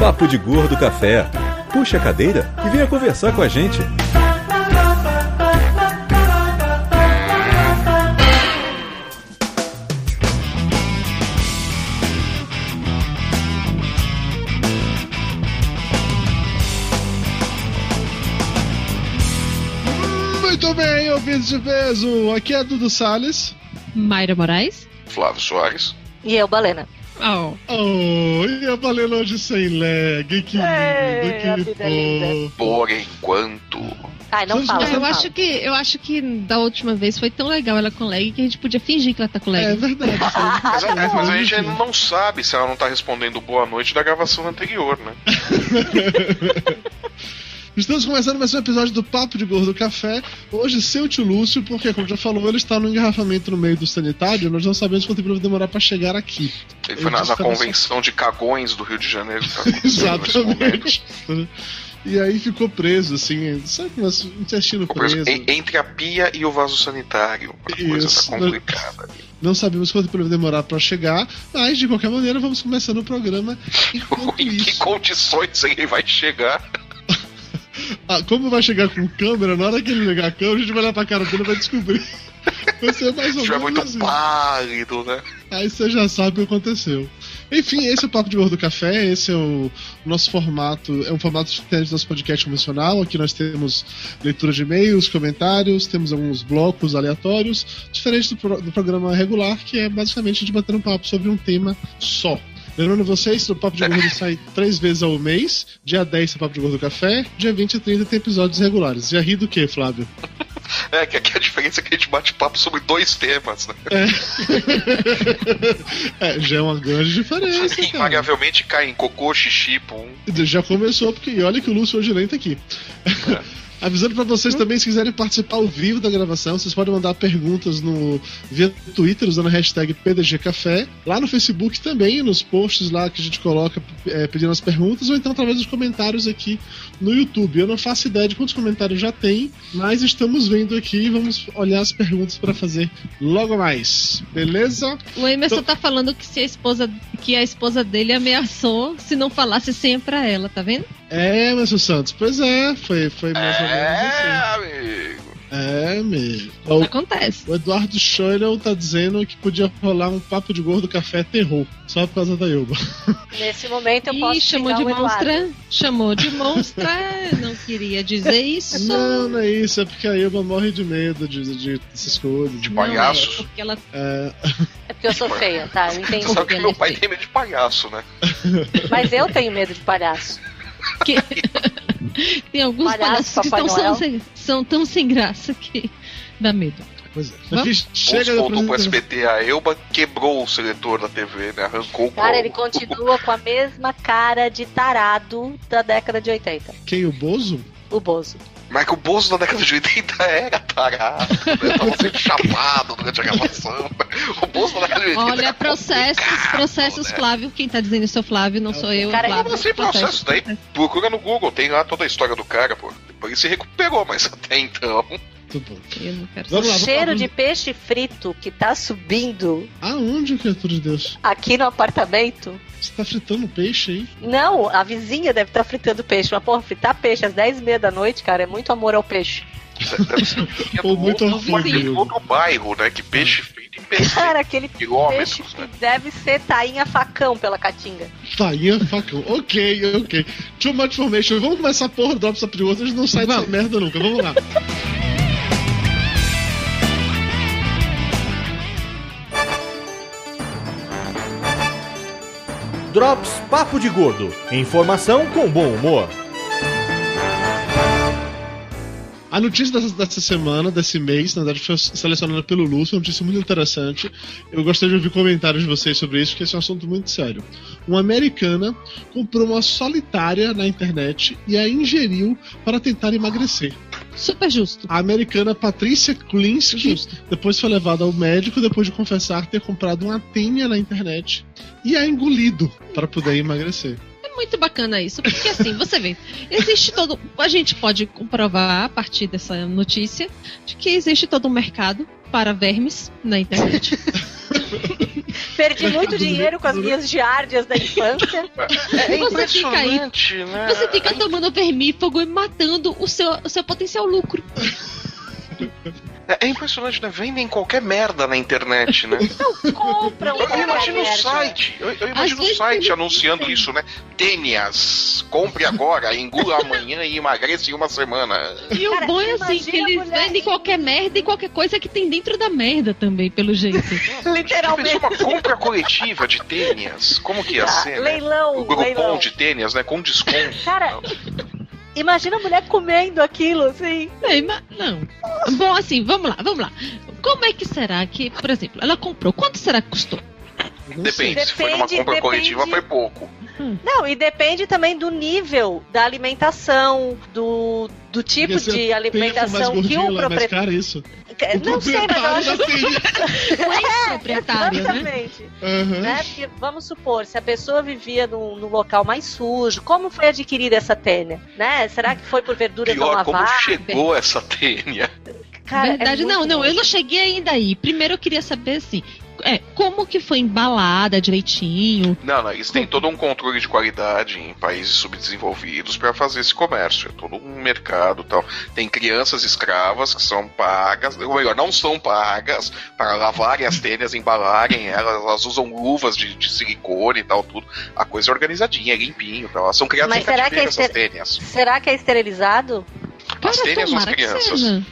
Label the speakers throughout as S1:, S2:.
S1: Papo de Gordo Café. Puxa a cadeira e venha conversar com a gente.
S2: Muito bem, ouvintes de peso. Aqui é Dudu Salles.
S3: Mayra Moraes.
S4: Flávio Soares.
S5: E eu, Balena.
S3: Oh.
S2: Oh, e a balena hoje sem leg. Que
S5: É, a
S2: lindo, que
S5: vida é linda.
S2: fofo.
S4: Por enquanto.
S5: Ai, não
S2: Vocês
S5: fala.
S2: não-
S5: não
S3: Ah, eu
S5: fala.
S3: acho que eu acho que da última vez foi tão legal ela com leg que a gente podia fingir que ela tá com
S2: É
S3: leg.
S2: verdade. isso aí.
S4: Mas, a-
S2: Tá
S4: mas a
S2: bom,
S4: gente
S2: gente.
S4: ainda não sabe se ela não tá respondendo boa noite da gravação anterior, né?
S2: Estamos começando mais um episódio do Papo de Gordo Café. Hoje, seu tio Lúcio, porque, como já falou, ele está no engarrafamento no meio do sanitário. Nós não sabemos quanto tempo ele vai demorar para chegar aqui.
S4: Ele foi na, na convenção de cagões do Rio de Janeiro. que tá acontecendo nesse momento.
S2: Exatamente. E aí ficou preso, assim, sabe, mas intestino
S4: Ficou preso
S2: preso.
S4: en- entre a pia e o vaso sanitário. A coisa
S2: Isso.
S4: tá complicada.
S2: Não sabemos quanto tempo ele vai demorar para chegar, mas de qualquer maneira vamos começando o programa. Enquanto
S4: Em que
S2: isso,
S4: condições ele vai chegar?
S2: Ah, como vai chegar com câmera, na hora que ele ligar a câmera, a gente vai olhar pra cara dele e vai descobrir. Vai ser mais
S4: Se
S2: ou
S4: tiver
S2: menos
S4: é muito
S2: assim.
S4: pálido, né?
S2: Aí você já sabe o que aconteceu. Enfim, esse é o Papo de Gordo Café, esse é o nosso formato, é um formato diferente do nosso podcast convencional. Aqui nós temos leitura de e-mails, comentários, temos alguns blocos aleatórios, diferente do, pro- do programa regular, que é basicamente a gente bater um papo sobre um tema só. Lembrando vocês, o Papo de Gordo sai três vezes ao mês. Dia 10 é Papo de Gordo Café, dia 20 e 30 tem episódios regulares. Já ri do que, Flávio?
S4: É, que aqui a diferença é que a gente bate papo sobre dois temas, né?
S2: É, já é uma grande diferença,
S4: E
S2: cara.
S4: invariavelmente cai em cocô, xixi, pum.
S2: Já começou, porque e olha que o Lúcio hoje nem tá aqui. Avisando pra vocês também, se quiserem participar ao vivo da gravação, vocês podem mandar perguntas no via Twitter usando a hashtag PDGCafé, lá no Facebook também, nos posts lá que a gente coloca é, pedindo as perguntas, ou então através dos comentários aqui no YouTube. Eu não faço ideia de quantos comentários já tem, mas estamos vendo aqui e vamos olhar as perguntas pra fazer logo mais. Beleza?
S3: O Emerson tá falando que se a esposa que a esposa dele ameaçou se não falasse senha pra ela, tá vendo?
S2: É, Márcio Santos, pois é, foi, foi mais ou menos assim.
S4: É, amigo.
S2: É, mesmo. O,
S3: Acontece.
S2: o Eduardo Schoenel tá dizendo que podia rolar um papo de gordo café terror, só por causa da Yoba.
S5: Nesse momento eu
S3: Ih,
S5: posso
S3: chamou
S5: xingar
S3: de
S5: o Eduardo.
S3: monstra, chamou de monstra, não queria dizer isso.
S2: Não, não é isso, é porque a Yoba morre de medo de, de- dessas coisas.
S4: De
S3: Não, é
S4: palhaços.
S3: porque ela
S2: É,
S5: É porque eu sou feia, tá? Eu entendi.
S4: Você sabe que
S3: Ele
S4: meu
S3: é
S4: pai
S3: feio.
S4: tem medo de palhaço, né?
S5: Mas eu tenho medo de palhaço.
S3: tem alguns
S5: Palhaço,
S3: palhaços que
S5: Papai
S3: tão- são,
S5: Noel.
S3: sem, são tão sem graça que dá medo.
S2: pois é.
S3: Vamos?
S2: Mas chega
S4: Ou
S2: da
S4: voltou pro
S2: apresentação.
S4: SBT, a Elba quebrou o seletor da TV, né? Arrancou o
S5: Cara,
S4: colo.
S5: ele continua com a mesma cara de tarado da década de 80.
S2: Quem, o Bozo?
S5: O Bozo.
S4: Mas que o Bozo da década de 80 era tarado, né? Tava sendo chamado durante a gravação. O Bozo da década de 80
S3: Olha,
S4: era
S3: processos,
S4: complicado,
S3: processos,
S4: né?
S3: Flávio. Quem tá dizendo isso é o Flávio, não sou eu.
S5: Cara,
S3: Flávio.
S4: Como assim processo? Daí procura no Google, tem lá toda a história do cara, pô. Depois ele se recuperou, mas até então...
S2: Muito bom.
S3: Eu não
S2: Vamos lá,
S3: quero saber.
S2: vamos
S5: Cheiro
S2: lá.
S5: de peixe frito que tá subindo
S2: Aonde, criatura de Deus?
S5: aqui no apartamento.
S2: Você tá fritando peixe aí?
S5: Não, a vizinha deve estar fritando peixe. Mas, porra, fritar peixe às 10h30 da noite, cara, é muito amor ao peixe.
S4: Deve ser um dia
S2: Ou
S4: do
S2: muito
S4: outro-
S2: orgulho.
S4: outro bairro, né? Que peixe frito em peixe.
S5: Cara, aquele peixe
S4: Quilômetros,
S5: que
S4: né?
S5: deve ser tainha facão pela Caatinga.
S2: Tainha, facão. Ok, ok. Too much information. Vamos começar a porra do Drops Up de outro, a gente não sai dessa merda nunca. Vamos lá.
S6: Drops Papo de Gordo. Informação com bom humor.
S2: A notícia dessa, dessa semana, desse mês, na verdade, foi selecionada pelo Lúcio, uma notícia muito interessante. Eu gostaria de ouvir comentários de vocês sobre isso, porque esse é um assunto muito sério. Uma americana comprou uma solitária na internet e a ingeriu para tentar emagrecer.
S3: Super justo.
S2: A americana Patrícia
S4: É
S2: Klinsky
S3: Justo.
S2: depois foi levada ao médico depois de confessar ter comprado uma tênia na internet e a engolido para poder emagrecer.
S3: É muito bacana isso, porque assim, você vê, existe todo. A gente pode comprovar a partir dessa notícia de que existe todo um mercado para vermes na internet.
S5: Perdi muito dinheiro com as minhas diárias da infância.
S4: É
S3: Você fica aí.
S4: impressionante, né?
S3: Você fica tomando vermífugo e matando o seu, o seu potencial lucro.
S4: É, é impressionante, né? Vendem qualquer merda na internet, né?
S5: Compram
S4: Eu, eu
S5: essa
S4: imagino o
S5: merda.
S4: site, eu, eu imagino o
S3: vezes
S4: site
S3: eles
S4: anunciando
S3: dizem.
S4: isso, né? Tênias, compre agora, engula amanhã e emagreça em uma semana.
S3: E o
S5: Cara,
S3: bom é assim,
S5: imagina
S3: que
S5: a
S3: eles
S5: mulher né?
S3: vendem
S5: que-
S3: qualquer merda e qualquer coisa que tem dentro da merda também, pelo jeito.
S4: Já pensou
S5: Literalmente.
S4: é
S5: Ah,
S4: uma compra coletiva de tênias? Como que ia ser, né?
S5: Leilão,
S4: O grupão
S5: leilão.
S4: de tênias, né? Com desconto.
S5: Cara, imagina a mulher comendo aquilo, assim.
S3: É, mas não. Bom, assim, vamos lá, vamos lá. Como é que será que, por exemplo, ela comprou? Quanto será que custou?
S2: Não sei.
S4: Depende, se foi numa
S5: Depende,
S4: compra
S5: depende.
S4: coletiva foi pouco.
S5: Não, e depende também do nível da alimentação, do, do tipo
S2: Ia ser
S5: de
S2: Penha mais
S5: alimentação que
S2: gordinho lá,
S5: o
S2: mais
S5: proprietário.
S2: cara isso.
S5: Não sei, mas eu acho é
S2: da Penha.
S3: Proprietário, né?
S5: Exatamente.
S2: Aham.
S5: Né? Porque, vamos supor, se a pessoa vivia num, num local mais sujo, como foi adquirida essa tênia? Né? Será que foi por verdura não
S4: Pior, como
S5: lavada?
S4: chegou essa tênia?
S5: Cara, é
S3: Verdade, não,
S5: muito
S3: não, eu
S5: bom.
S3: não cheguei ainda aí. Primeiro eu queria saber assim, é, como que foi embalada direitinho?
S4: Não, não, eles têm todo um controle de qualidade em países subdesenvolvidos para fazer esse comércio. É todo um mercado e tal. Tem crianças escravas que são pagas, ou melhor, não são pagas, para lavarem as tênias, embalarem elas, elas usam luvas de, de silicone e tal, tudo. A coisa é organizadinha, é limpinho e tal. Elas são criadas
S5: Mas
S4: em
S5: será
S4: cativeiro,
S5: que é
S4: essas
S5: ser-
S4: tênias.
S5: Será que é esterilizado?
S4: As tênias ou as
S3: tomara que
S4: crianças?
S3: seja.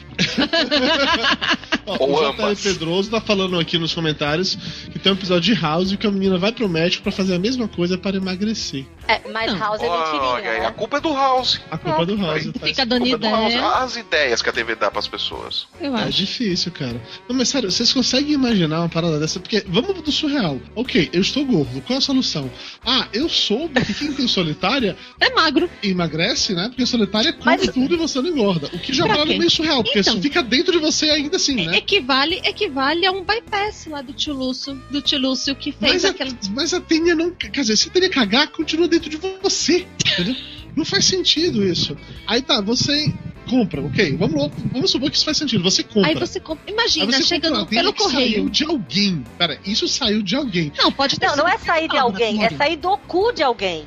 S2: Ó,
S4: Ou
S2: o
S4: ambas.
S2: JR Pedroso tá falando aqui nos comentários que tem um episódio de House que a menina vai pro médico pra fazer a mesma coisa para emagrecer.
S5: É, mas
S3: Não.
S5: House é
S4: Olha,
S5: mentirinha,
S4: aí, a
S5: né?
S4: culpa é do House.
S2: A culpa do House.
S4: aí
S2: tá?
S3: Fica dando
S4: Culpa é do House.
S3: ideia,
S4: As ideias que a TV dá para as pessoas.
S3: eu
S2: É
S3: acho.
S2: difícil, cara. Não, mas sério, vocês conseguem imaginar uma parada dessa? Porque vamos do surreal. Ok, eu estou gordo. Qual é a solução? Ah, eu soube que quem tem solitária
S3: É magro.
S2: emagrece, né? Porque solitária come
S5: Mas-
S2: tudo e você não engorda. O que já é uma
S3: Pra
S2: parada
S3: quê?
S2: meio surreal, porque
S3: Então.
S2: isso fica dentro de você ainda assim, né?
S3: Equivale, equivale a um bypass lá do tio Lúcio, do tio Lúcio que fez
S2: Mas é a,
S3: aquela.
S2: mas a tênia não. Quer dizer, se a tênia cagar, continua dentro de você. Entendeu? Não faz sentido isso. Aí tá, você compra, ok? Vamos, lá, vamos supor que isso faz sentido. Você compra.
S3: Aí você compra.
S2: Aí
S3: Imagina,
S2: você
S3: chega
S2: compra
S3: no-
S2: uma tênia
S3: pelo
S2: que Saiu
S3: correio.
S2: de alguém. Pera, isso saiu de alguém.
S3: Não, pode ter
S5: Não, não
S3: sido
S5: é sair de
S3: Ah,
S5: alguém, é
S3: Mauro.
S5: sair do cu de alguém,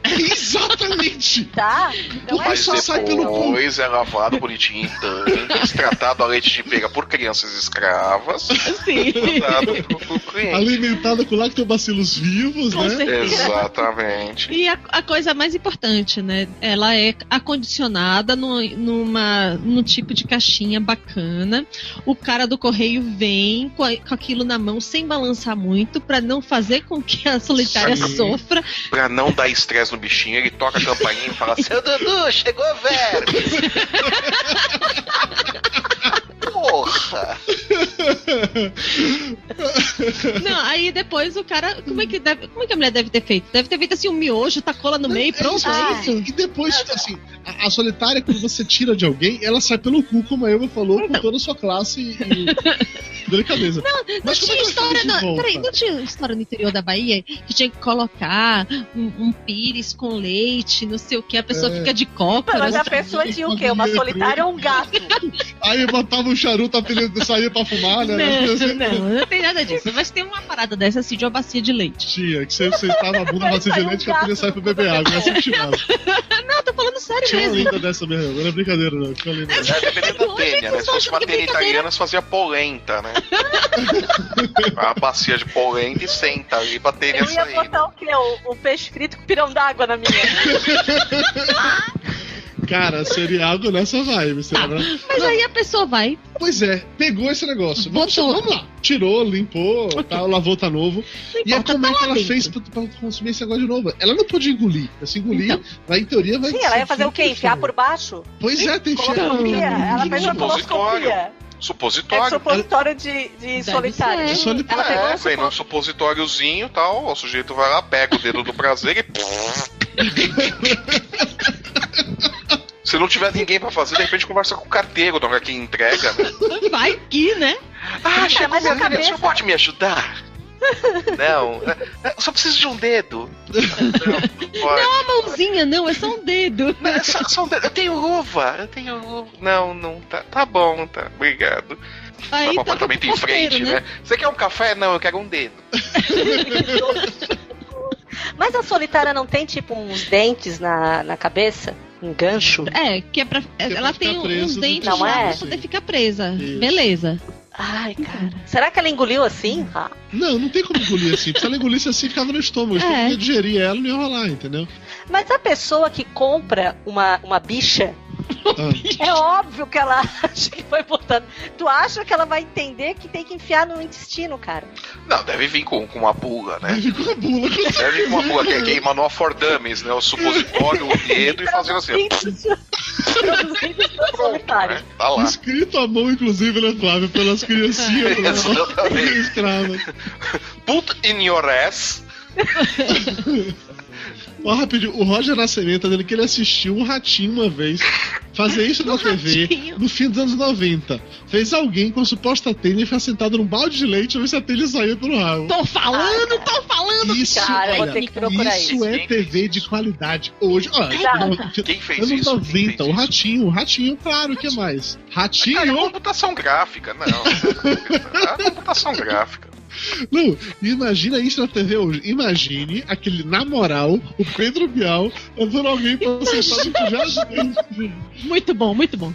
S2: Exatamente!
S5: tá? Não é
S2: Mas
S5: só
S2: só sai pelo cu.
S4: depois é lavado bonitinho então, em tanques, tratado a leite de pega por crianças escravas,
S5: é
S3: assim.
S4: mandado pro, pro cliente.
S2: Alimentada com lactobacilos vivos,
S3: Com
S2: né?
S3: certeza.
S4: Exatamente.
S3: E a, a coisa mais importante, né? Ela é acondicionada no, numa, num tipo de caixinha bacana. O cara do correio vem com, a- com aquilo na mão sem balançar muito pra não fazer com que a solitária
S4: Sim.
S3: sofra.
S4: Pra não dar estresse no bichinho, ele toca a campainha e fala: assim, Seu Dudu, chegou velho! Porra!
S3: Não, aí depois o cara. Como é que, deve, como é que a mulher deve ter feito? Deve ter feito assim um miojo, tacou lá no meio, pronto,
S5: Ah.
S3: é isso?
S2: E depois, tipo assim, a, a solitária, quando você tira de alguém, ela sai pelo cu, como a Elba falou, com toda a sua classe e. e delicadeza.
S3: Então. Não
S2: como
S3: tinha
S2: é que ela
S3: história.
S2: faz de
S3: Não,
S2: volta?
S3: peraí, não tinha história no interior da Bahia que tinha que colocar um, um pires com leite, não sei o que, a pessoa
S2: É.
S3: fica de cócoras.
S5: Mas a pessoa tinha o quê? Uma solitária ou um gato?
S2: Aí botava um charuto, a filha saía pra fumar, né?
S3: Não, não, não tem nada disso. Mas tem uma parada dessa assim de uma bacia de leite.
S2: Tinha, que você sentava a bunda na
S5: Aí
S2: bacia de
S5: saiu um
S2: leite que a filha
S5: gato
S2: sai pra
S5: do
S2: beber
S5: cu da
S2: água. Era assim que chamava.
S3: Não, eu tô falando sério
S2: Tinha uma
S3: mesmo.
S2: linda dessa mesmo, não era brincadeira, não. Tinha uma linda dessa.
S4: É, dependendo da
S3: Olha
S4: tênia,
S3: que
S4: né? Se fosse
S3: só
S4: uma
S3: que
S4: tênia
S3: brincadeira.
S4: italiana, se fazia polenta, né? A bacia de polenta e senta ali pra tênia
S5: Eu ia
S4: sair. né?
S5: botar o quê? O, o peixe frito com pirão d'água na minha.
S2: Cara, seria algo nessa vibe, você lembra?
S3: Mas aí a pessoa vai.
S2: Pois é, pegou esse negócio. Vamos,
S3: Botou.
S2: vamos lá. Tirou, limpou, tal, lavou, tá novo.
S3: Não
S2: E aí,
S3: importa,
S2: como
S3: tá
S2: é que
S3: lá
S2: ela
S3: dentro.
S2: fez pra, pra consumir esse negócio de novo? Ela não pôde engolir. Se engolir, vai, em teoria vai.
S5: Então. Sim, ela ia fazer o quê?
S2: sempre
S5: Enfiar
S2: cheiro.
S5: por baixo?
S2: Pois é, tem cheiro.
S5: Coloscopia. Ela
S2: De
S5: fez uma
S2: novo.
S5: coloscopia. É um
S4: Supositório.
S5: supositório de, de solitário.
S3: ser.
S2: De solitário.
S5: Ela pegou
S4: É,
S5: um
S4: vem num supositóriozinho e tal, o sujeito vai lá, pega o dedo do prazer e. Se não tiver ninguém pra fazer, de repente conversa com o carteiro na hora que entrega. né?
S3: Vai que, né?
S4: Ah, chegou
S5: mas a
S4: minha cabeça... o senhor
S5: cabeça-
S4: pode me ajudar? Não, é- é, eu só preciso de um dedo. Não, não pode.
S3: Uma mãozinha, não, é só um dedo.
S4: Não, é só- só um dedo. Eu tenho luva, eu tenho luva. Não, não, tá, tá bom, tá, obrigado.
S3: Aí
S4: um
S3: tá
S4: apartamento
S3: com
S4: em
S3: porteiro,
S4: frente, né? Você quer um café? Não, eu quero um dedo.
S5: um- Mas a solitária não tem, tipo, uns dentes na, na cabeça? Um gancho?
S3: É, que é pra. ela
S2: ficar
S3: tem
S2: preso
S3: uns
S2: do
S3: dentes
S5: Não
S3: lá
S5: é?
S3: pra poder ficar presa.
S2: Isso.
S3: Beleza.
S5: Ai, cara. Será que ela engoliu assim? Ah.
S2: Não, não tem como engolir assim. Se ela engolisse assim, ficava no estômago.
S3: É.
S2: É. Eu digerir ela, não ia rolar, entendeu?
S5: Mas a pessoa que compra uma, uma bicha,
S2: Ah.
S5: é óbvio que ela acha que foi botando. Tu acha que ela vai entender que tem que enfiar no intestino, cara?
S4: Não, deve vir com, com uma bula, né?
S2: Aí ficou a bula.
S4: Deve vir com uma bula, que é que Emmanuel Fordames, né? O supositório, o dedo e fazendo assim. ó,
S5: Intestino. Produzindo os dois
S4: Pronto,
S5: solitários.
S4: né? Tá lá.
S2: Escrito à mão, inclusive, né, Flávio? Pelas criancinhas.
S5: É.
S2: né? pelas
S4: Exatamente.
S2: escravas.
S4: Put in your ass.
S2: Ó, rapidinho, o Roger Nascimento tá dizendo que ele assistiu um ratinho uma vez fazer isso na TV
S3: ratinho.
S2: no fim dos anos 90. Fez alguém com a suposta tênia ficar sentado num balde de leite pra ver se a tênia saía pelo rabo.
S3: Tô falando, tô falando.
S2: Isso,
S5: Cara, eu vou
S2: olha,
S5: ter que procurar
S2: isso
S4: isso.
S2: é TV de qualidade. Hoje, ó,
S5: Cara.
S4: Quem fez
S2: anos
S4: isso? Quem
S2: 90,
S4: fez
S2: o
S4: isso?
S2: ratinho, o ratinho, claro, o que é mais?
S4: Cara, é
S2: Ratinho?
S4: computação gráfica, não. Ah, computação gráfica.
S2: Não, imagina isso na TV hoje. Imagine aquele, na moral, o Pedro Bial levando alguém pra sentar no cujá
S3: Muito bom, muito bom.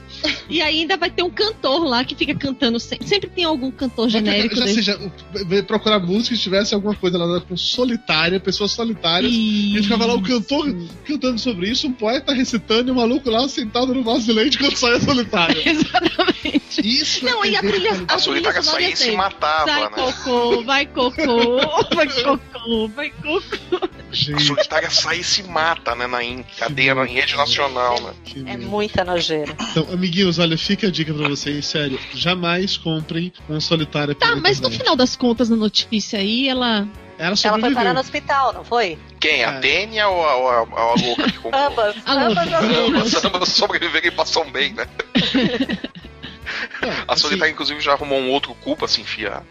S3: E ainda vai ter um cantor lá que fica cantando. se- Sempre tem algum cantor genérico
S2: Já
S3: desse.
S2: seja, vai procurar música e tivesse alguma coisa lá com solitária, pessoas solitárias. E ficava lá o cantor cantando sobre isso, um poeta recitando e o maluco lá sentado no vaso de leite quando saia solitário.
S3: Exatamente.
S2: Isso
S3: Não,
S2: é
S3: e a
S2: TV de
S3: trilha,
S2: qualidade.
S4: A
S3: a trilha sonora
S4: solitária saía
S3: ia
S4: e se
S3: ser.
S4: matava,
S3: Vai
S4: né?
S3: cocô, vai cocô, vai cocô, vai cocô.
S4: A
S2: Gente,
S4: solitária sai e se mata, né? Na em- cadeia, na em rede nacional, né?
S2: que
S5: É
S2: lindo.
S5: muita nojeira.
S2: Então, amiguinhos, olha, fica a dica pra vocês, sério. Jamais comprem um solitário
S3: Tá, mas no final das contas, na notícia aí, ela.
S2: Ela
S5: Ela foi
S2: sobreviveu.
S5: parar no hospital, não foi?
S4: Quem?
S2: É.
S4: A Tênia ou a, ou a- ou a louca que comprou?
S5: Ambas.
S3: Alô.
S5: Ambas as duas.
S4: Ambas, ambas sobreviveram e passam bem, né?
S2: É,
S4: A solitária, inclusive, já arrumou um outro cu pra se enfiar.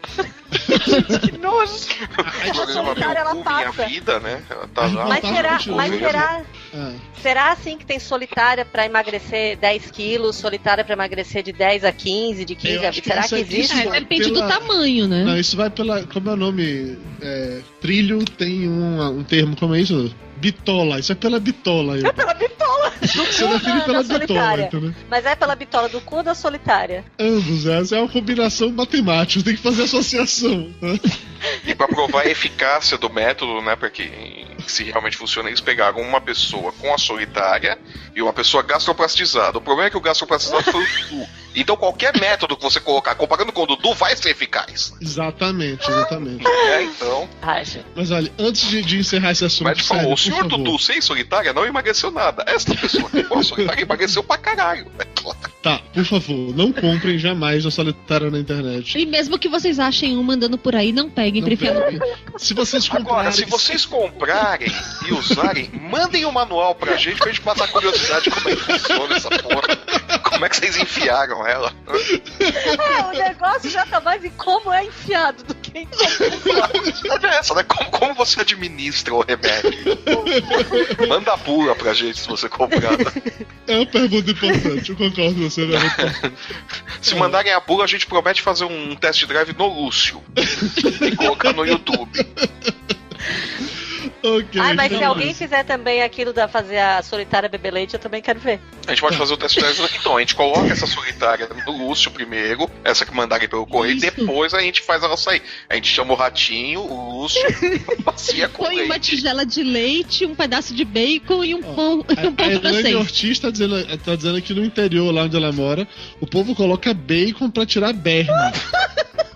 S5: Que nojo.
S2: assim,
S5: A
S4: Programa
S5: solitária,
S4: Meu
S5: ela
S4: Cu, Minha
S5: passa.
S4: Vida, né? Ela tá lá.
S5: Mas
S2: tava
S5: será,
S2: contigo,
S5: mas
S4: né?
S5: será,
S2: ah,
S5: será assim que tem solitária pra emagrecer 10 quilos, solitária pra emagrecer de 10 a 15, de 15
S2: Eu
S5: a
S2: acho
S5: 20?
S2: que
S5: Será
S2: isso
S5: que
S2: é- isso
S5: existe?
S3: É,
S2: vai
S3: depende
S2: pela-
S3: do tamanho, né?
S2: Não, isso vai pela. Como é o nome? É, trilho tem um, um termo, como é isso? Bitola. Isso é pela bitola.
S5: É pela bitola.
S2: Você define
S5: da
S2: pela bitola,
S5: Ah, é solitária.
S2: entendeu?
S5: Mas é pela bitola do cu ou da solitária?
S2: né? Ambos, essa é uma combinação matemática, tem que fazer associação. né?
S4: E pra provar a eficácia do método, né? Pra que se realmente funciona, eles pegaram uma pessoa com a solitária e uma pessoa gastroplastizada. O problema é que o gastroplastizado foi o Dudu. Então qualquer método que você colocar comparando com o Dudu vai ser eficaz.
S2: Exatamente, exatamente.
S4: É, então.
S5: Ai, gente.
S2: Mas olha, antes de, de encerrar esse
S4: O
S2: assunto.
S4: médico falou:
S2: sério,
S4: o senhor
S2: por favor.
S4: Dudu sem solitária não emagreceu nada. Esta pessoa que com a solitária emagreceu pra caralho. É claro.
S2: Tá, por favor, não comprem jamais a solitária na internet.
S3: E mesmo que vocês achem um andando por aí, não peguem,
S2: Não
S3: prefiro.
S2: peguem. Se vocês comprarem.
S4: Agora, se vocês comprarem e usarem, mandem o manual pra gente pra gente matar a curiosidade de como é que funciona essa porra. Como é que vocês enfiaram ela?
S5: É, o negócio já tá mais em como é enfiado do que em
S4: verdade é essa, né? Como, como você administra o remédio? Manda pura pra gente se você comprar.
S2: É uma pergunta importante, eu concordo com você, né?
S4: Se mandarem a pura, a gente promete fazer um test drive no Lúcio. E colocar no YouTube.
S2: Ok.
S5: Ai, mas
S2: então
S5: se alguém
S2: é isso.
S5: fizer também aquilo da fazer a solitária beber leite, eu também quero ver.
S4: A gente pode fazer o test drive. no- Então, a gente coloca essa solitária no Lúcio primeiro, essa que mandarem pelo correio, e
S3: Isso.
S4: depois a gente faz ela sair. A gente chama o ratinho, o Lúcio, passeia com
S3: Põe uma
S4: leite.
S3: tigela de leite, um pedaço de bacon e um
S2: Ó, é
S3: pão, e um
S2: A,
S3: pão
S2: a Elaine
S3: francês.
S2: Ortiz tá dizendo, tá dizendo que no interior, lá onde ela mora, o povo coloca bacon pra tirar berna.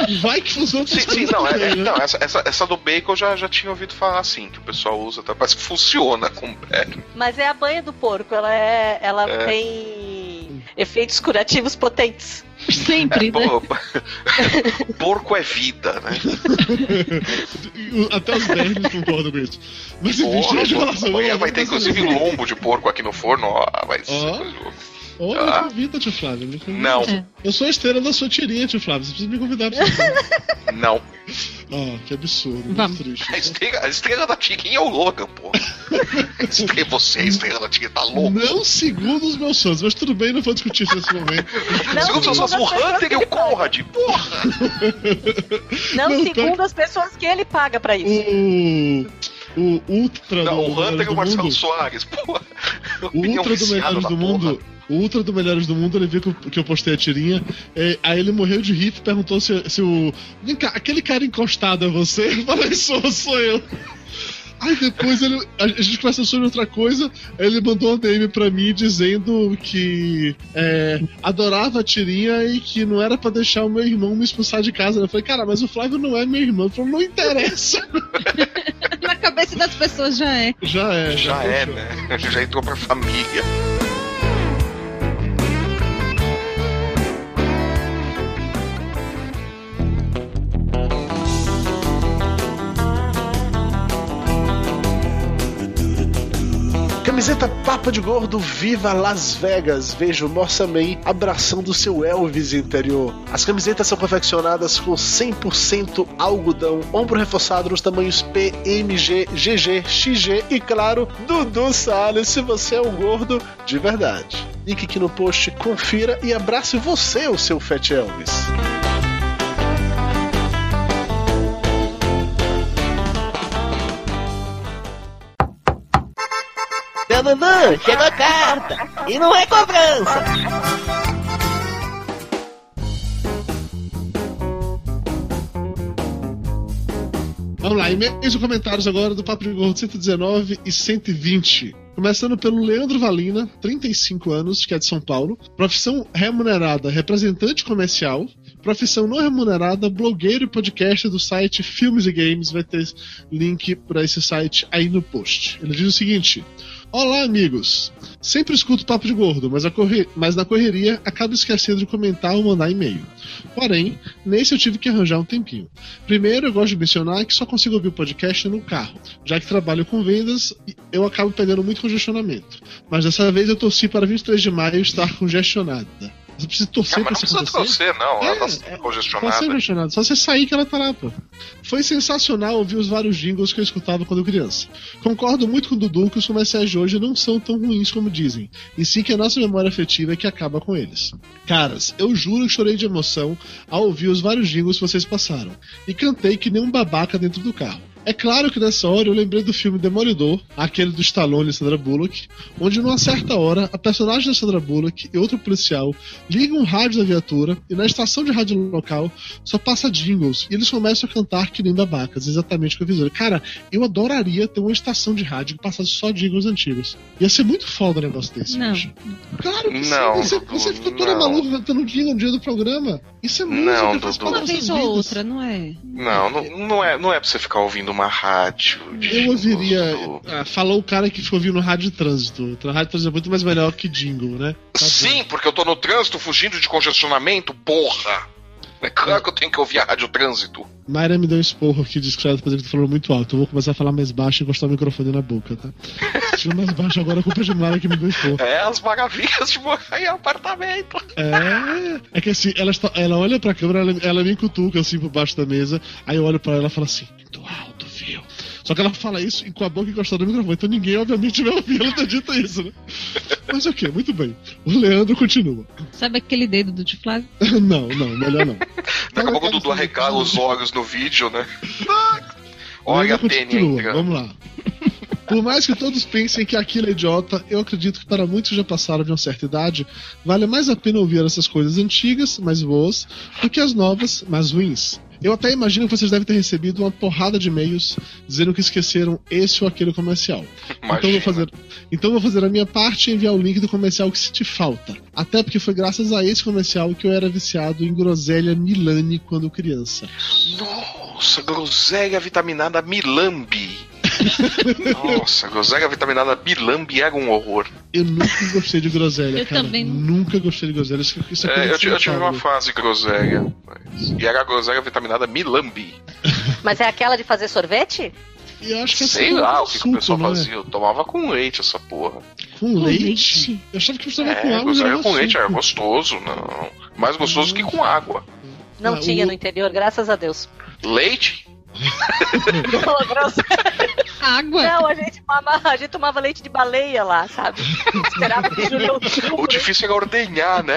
S2: E vai que funciona pra
S4: Sim, sim,
S2: você
S4: não, é-
S2: também,
S4: é-
S2: né?
S4: não essa, essa, essa do bacon eu já, já tinha ouvido falar assim, que o pessoal usa, tá? parece que funciona com pé.
S5: Mas é a banha do porco, ela é. Ela
S4: É.
S5: tem efeitos curativos potentes.
S3: Sempre, né?
S4: Pô, porco é vida, né?
S2: O- Até os bernes concordam com isso. Mas enfim,
S4: Porra,
S2: chega de
S4: porra.
S2: relação.
S4: Amanhã
S2: vamos lá,
S4: vai ter
S2: vamos lá.
S4: inclusive lombo de porco aqui no forno, ó, vai ser
S2: Ó.
S4: coisa louca.
S2: Ou
S4: Ah.
S2: me convida, tio Flávio. me convida.
S4: Não,
S3: É.
S2: Eu sou a estrela da sua tirinha, tio Flávio. Você precisa me convidar pra você.
S4: não.
S2: Ó, que absurdo. muito
S3: Vamos.
S2: triste.
S4: A estrela, a estrela da Tirinha é o Logan, pô. Estre- Você é a estrela da Tirinha, tá louco?
S2: Não segundo os meus fãs, mas tudo bem, não vou discutir isso nesse momento.
S5: Não,
S4: Segundo
S5: não,
S4: os seus fãs,
S5: não,
S4: o
S5: não,
S4: Hunter e o Conrad, porra!
S5: Não, Um.
S2: Não,
S5: segundo as pessoas que ele paga pra isso.
S2: O, o Ultra
S4: Não,
S2: do
S4: o Hunter
S2: Melhores
S4: e o
S2: do
S4: Marcelo
S2: Mundo.
S4: Soares, porra!
S2: O
S4: Opinião
S2: Ultra do
S4: viciada
S2: Melhores
S4: da
S2: do
S4: porra.
S2: Mundo. O Ultra do Melhores do Mundo, ele viu que eu, que eu postei a tirinha. é, aí ele morreu de rir e perguntou se, se o. Vem cá, aquele cara encostado é você? Eu falei, sou, sou eu. Aí depois ele, a gente conversou sobre outra coisa. aí Ele mandou um DM pra mim dizendo que é, adorava a tirinha e que não era pra deixar o meu irmão me expulsar de casa. Eu falei, cara, mas o Flávio não é meu irmão. Ele falou, não interessa.
S3: Na cabeça das pessoas já é.
S2: Já é,
S4: Já é,
S2: fechou.
S4: né? Já entrou pra família. Ah,
S7: Camiseta Papa de Gordo Viva Las Vegas. Veja o Morsa Man abraçando seu Elvis interior. As camisetas são confeccionadas com 100% algodão, ombro reforçado nos tamanhos P, MG, GG, XG e, claro, Dudu Salles, se você é um gordo de verdade. Link aqui no post, confira e abrace você, o seu Fat Elvis.
S8: Dananã, chegou a carta. E não é cobrança.
S2: Vamos lá, e-mails e um comentários agora do Papo de Gordo 119 e 120. Começando pelo Leandro Valina, 35 anos, que é de São Paulo. Profissão remunerada, representante comercial. Profissão não remunerada, blogueiro e podcast do site Filmes e Games. Vai ter link para esse site aí no post. Ele diz o seguinte: Olá, amigos. Sempre escuto Papo de Gordo, mas, a corre- mas na correria acabo esquecendo de comentar ou mandar e-mail. Porém, nesse eu tive que arranjar um tempinho. Primeiro, eu gosto de mencionar que só consigo ouvir o podcast no carro. Já que trabalho com vendas, eu acabo pegando muito congestionamento. Mas dessa vez eu torci para 23 de maio estar congestionada. Você precisa torcer
S4: Ah, mas
S2: para
S4: não
S2: isso
S4: precisa de
S2: acontecer?
S4: você, não.
S2: É,
S4: Ela
S2: é,
S4: tá
S2: Pode ser
S4: congestionada.
S2: congestionado. Só você sair que ela tá lá, pô. Foi sensacional ouvir os vários jingles que eu escutava quando criança. Concordo muito com o Dudu que os comerciais de hoje não são tão ruins como dizem, e sim que a nossa memória afetiva é que acaba com eles. Caras, eu juro que chorei de emoção ao ouvir os vários jingles que vocês passaram, e cantei que nem um babaca dentro do carro. É claro que nessa hora eu lembrei do filme Demolidor, aquele do Stallone e Sandra Bullock, onde numa certa hora a personagem da Sandra Bullock e outro policial ligam um rádio da viatura e na estação de rádio local só passa jingles e eles começam a cantar que nem babacas, exatamente o que eu fiz. hoje. Cara, eu adoraria ter uma estação de rádio que passasse só jingles antigos. Ia ser muito foda um negócio desse.
S3: Não.
S2: bicho. Claro que sim,
S4: Não,
S2: você,
S4: Dudu,
S2: você fica toda
S4: não.
S2: maluca cantando jingle no dia do programa. Isso é
S4: Não,
S2: música, faz
S4: Dudu.
S2: parte
S3: Uma
S2: das
S3: vez
S2: nossas
S3: ou
S2: vidas.
S3: outra, não é?
S4: Não, não, não, é, não é pra você ficar ouvindo uma rádio. de
S2: Eu ouviria.
S4: Dudu.
S2: ah, falou o cara que ficou ouvindo rádio de trânsito. Então, rádio de trânsito é muito mais melhor que jingle, né? Tá bom.
S4: Sim, porque eu tô no trânsito fugindo de congestionamento, porra! É claro que eu tenho que ouvir a rádio trânsito.
S2: Mayra me deu um esporro aqui de escravo porque tu falou tá muito alto. Eu vou começar a falar mais baixo e encostar o microfone na boca, tá? Se eu mais baixo agora, a culpa é de Mayra que me deu esporro.
S4: É as maravilhas de morar em apartamento.
S2: É, é que assim, ela, está- ela olha pra câmera, ela, ela me cutuca assim por baixo da mesa. Aí eu olho pra ela e falo assim: muito alto, viu? Só que ela fala isso e com a boca encostada no microfone. Então ninguém, obviamente, vai ouvir ela ter dito isso, né? Mas ok, muito bem. O Leandro continua.
S3: Sabe aquele dedo do Tio Flávio?
S2: não, não, melhor não.
S4: Daqui
S2: é
S4: a pouco o Dudu
S2: né?
S4: arregala os olhos no vídeo, né? Olha a Tênia entrando.
S2: Vamos lá. Por mais que todos pensem que aquilo é idiota, eu acredito que para muitos que já passaram de uma certa idade, vale mais a pena ouvir essas coisas antigas, mais boas, do que as novas, mais ruins. Eu até imagino que vocês devem ter recebido uma porrada de e-mails dizendo que esqueceram esse ou aquele comercial. Então eu
S4: Imagina.
S2: vou fazer, então eu vou fazer a minha parte e enviar o link do comercial que se te falta. Até porque foi graças a esse comercial que eu era viciado em groselha Milani quando criança.
S4: Nossa, groselha vitaminada Milambi. Nossa, groselha vitaminada Milambi era um horror.
S2: Eu nunca gostei de groselha,
S3: Eu
S2: cara.
S3: também não.
S2: Nunca gostei de groselha. Isso, isso é coisa
S4: É, eu, ti- eu tive
S2: insuportável.
S4: uma fase groselha. mas- E era a groselha vitaminada Milambi.
S5: Mas é aquela de fazer sorvete?
S2: E eu acho que essa
S4: Sei
S2: é uma
S4: lá o que, que o
S2: suco,
S4: pessoal
S2: não é?
S4: fazia. Eu tomava com leite essa porra.
S2: Com,
S3: Com
S2: leite?
S3: leite?
S2: Eu achava que precisava com
S4: É,
S2: água. mas
S4: gozaiba
S2: era
S4: com leite é
S2: açúcar.
S4: gostoso, não. Mais gostoso que com água.
S5: Não
S2: Ah,
S5: tinha
S2: o-
S5: no interior, graças a Deus.
S4: Leite?
S3: Água?
S5: Não, a gente, mama, a gente tomava leite de baleia lá, sabe? Esperava de julho a
S4: O
S5: outubro.
S4: difícil era ordenhar, né?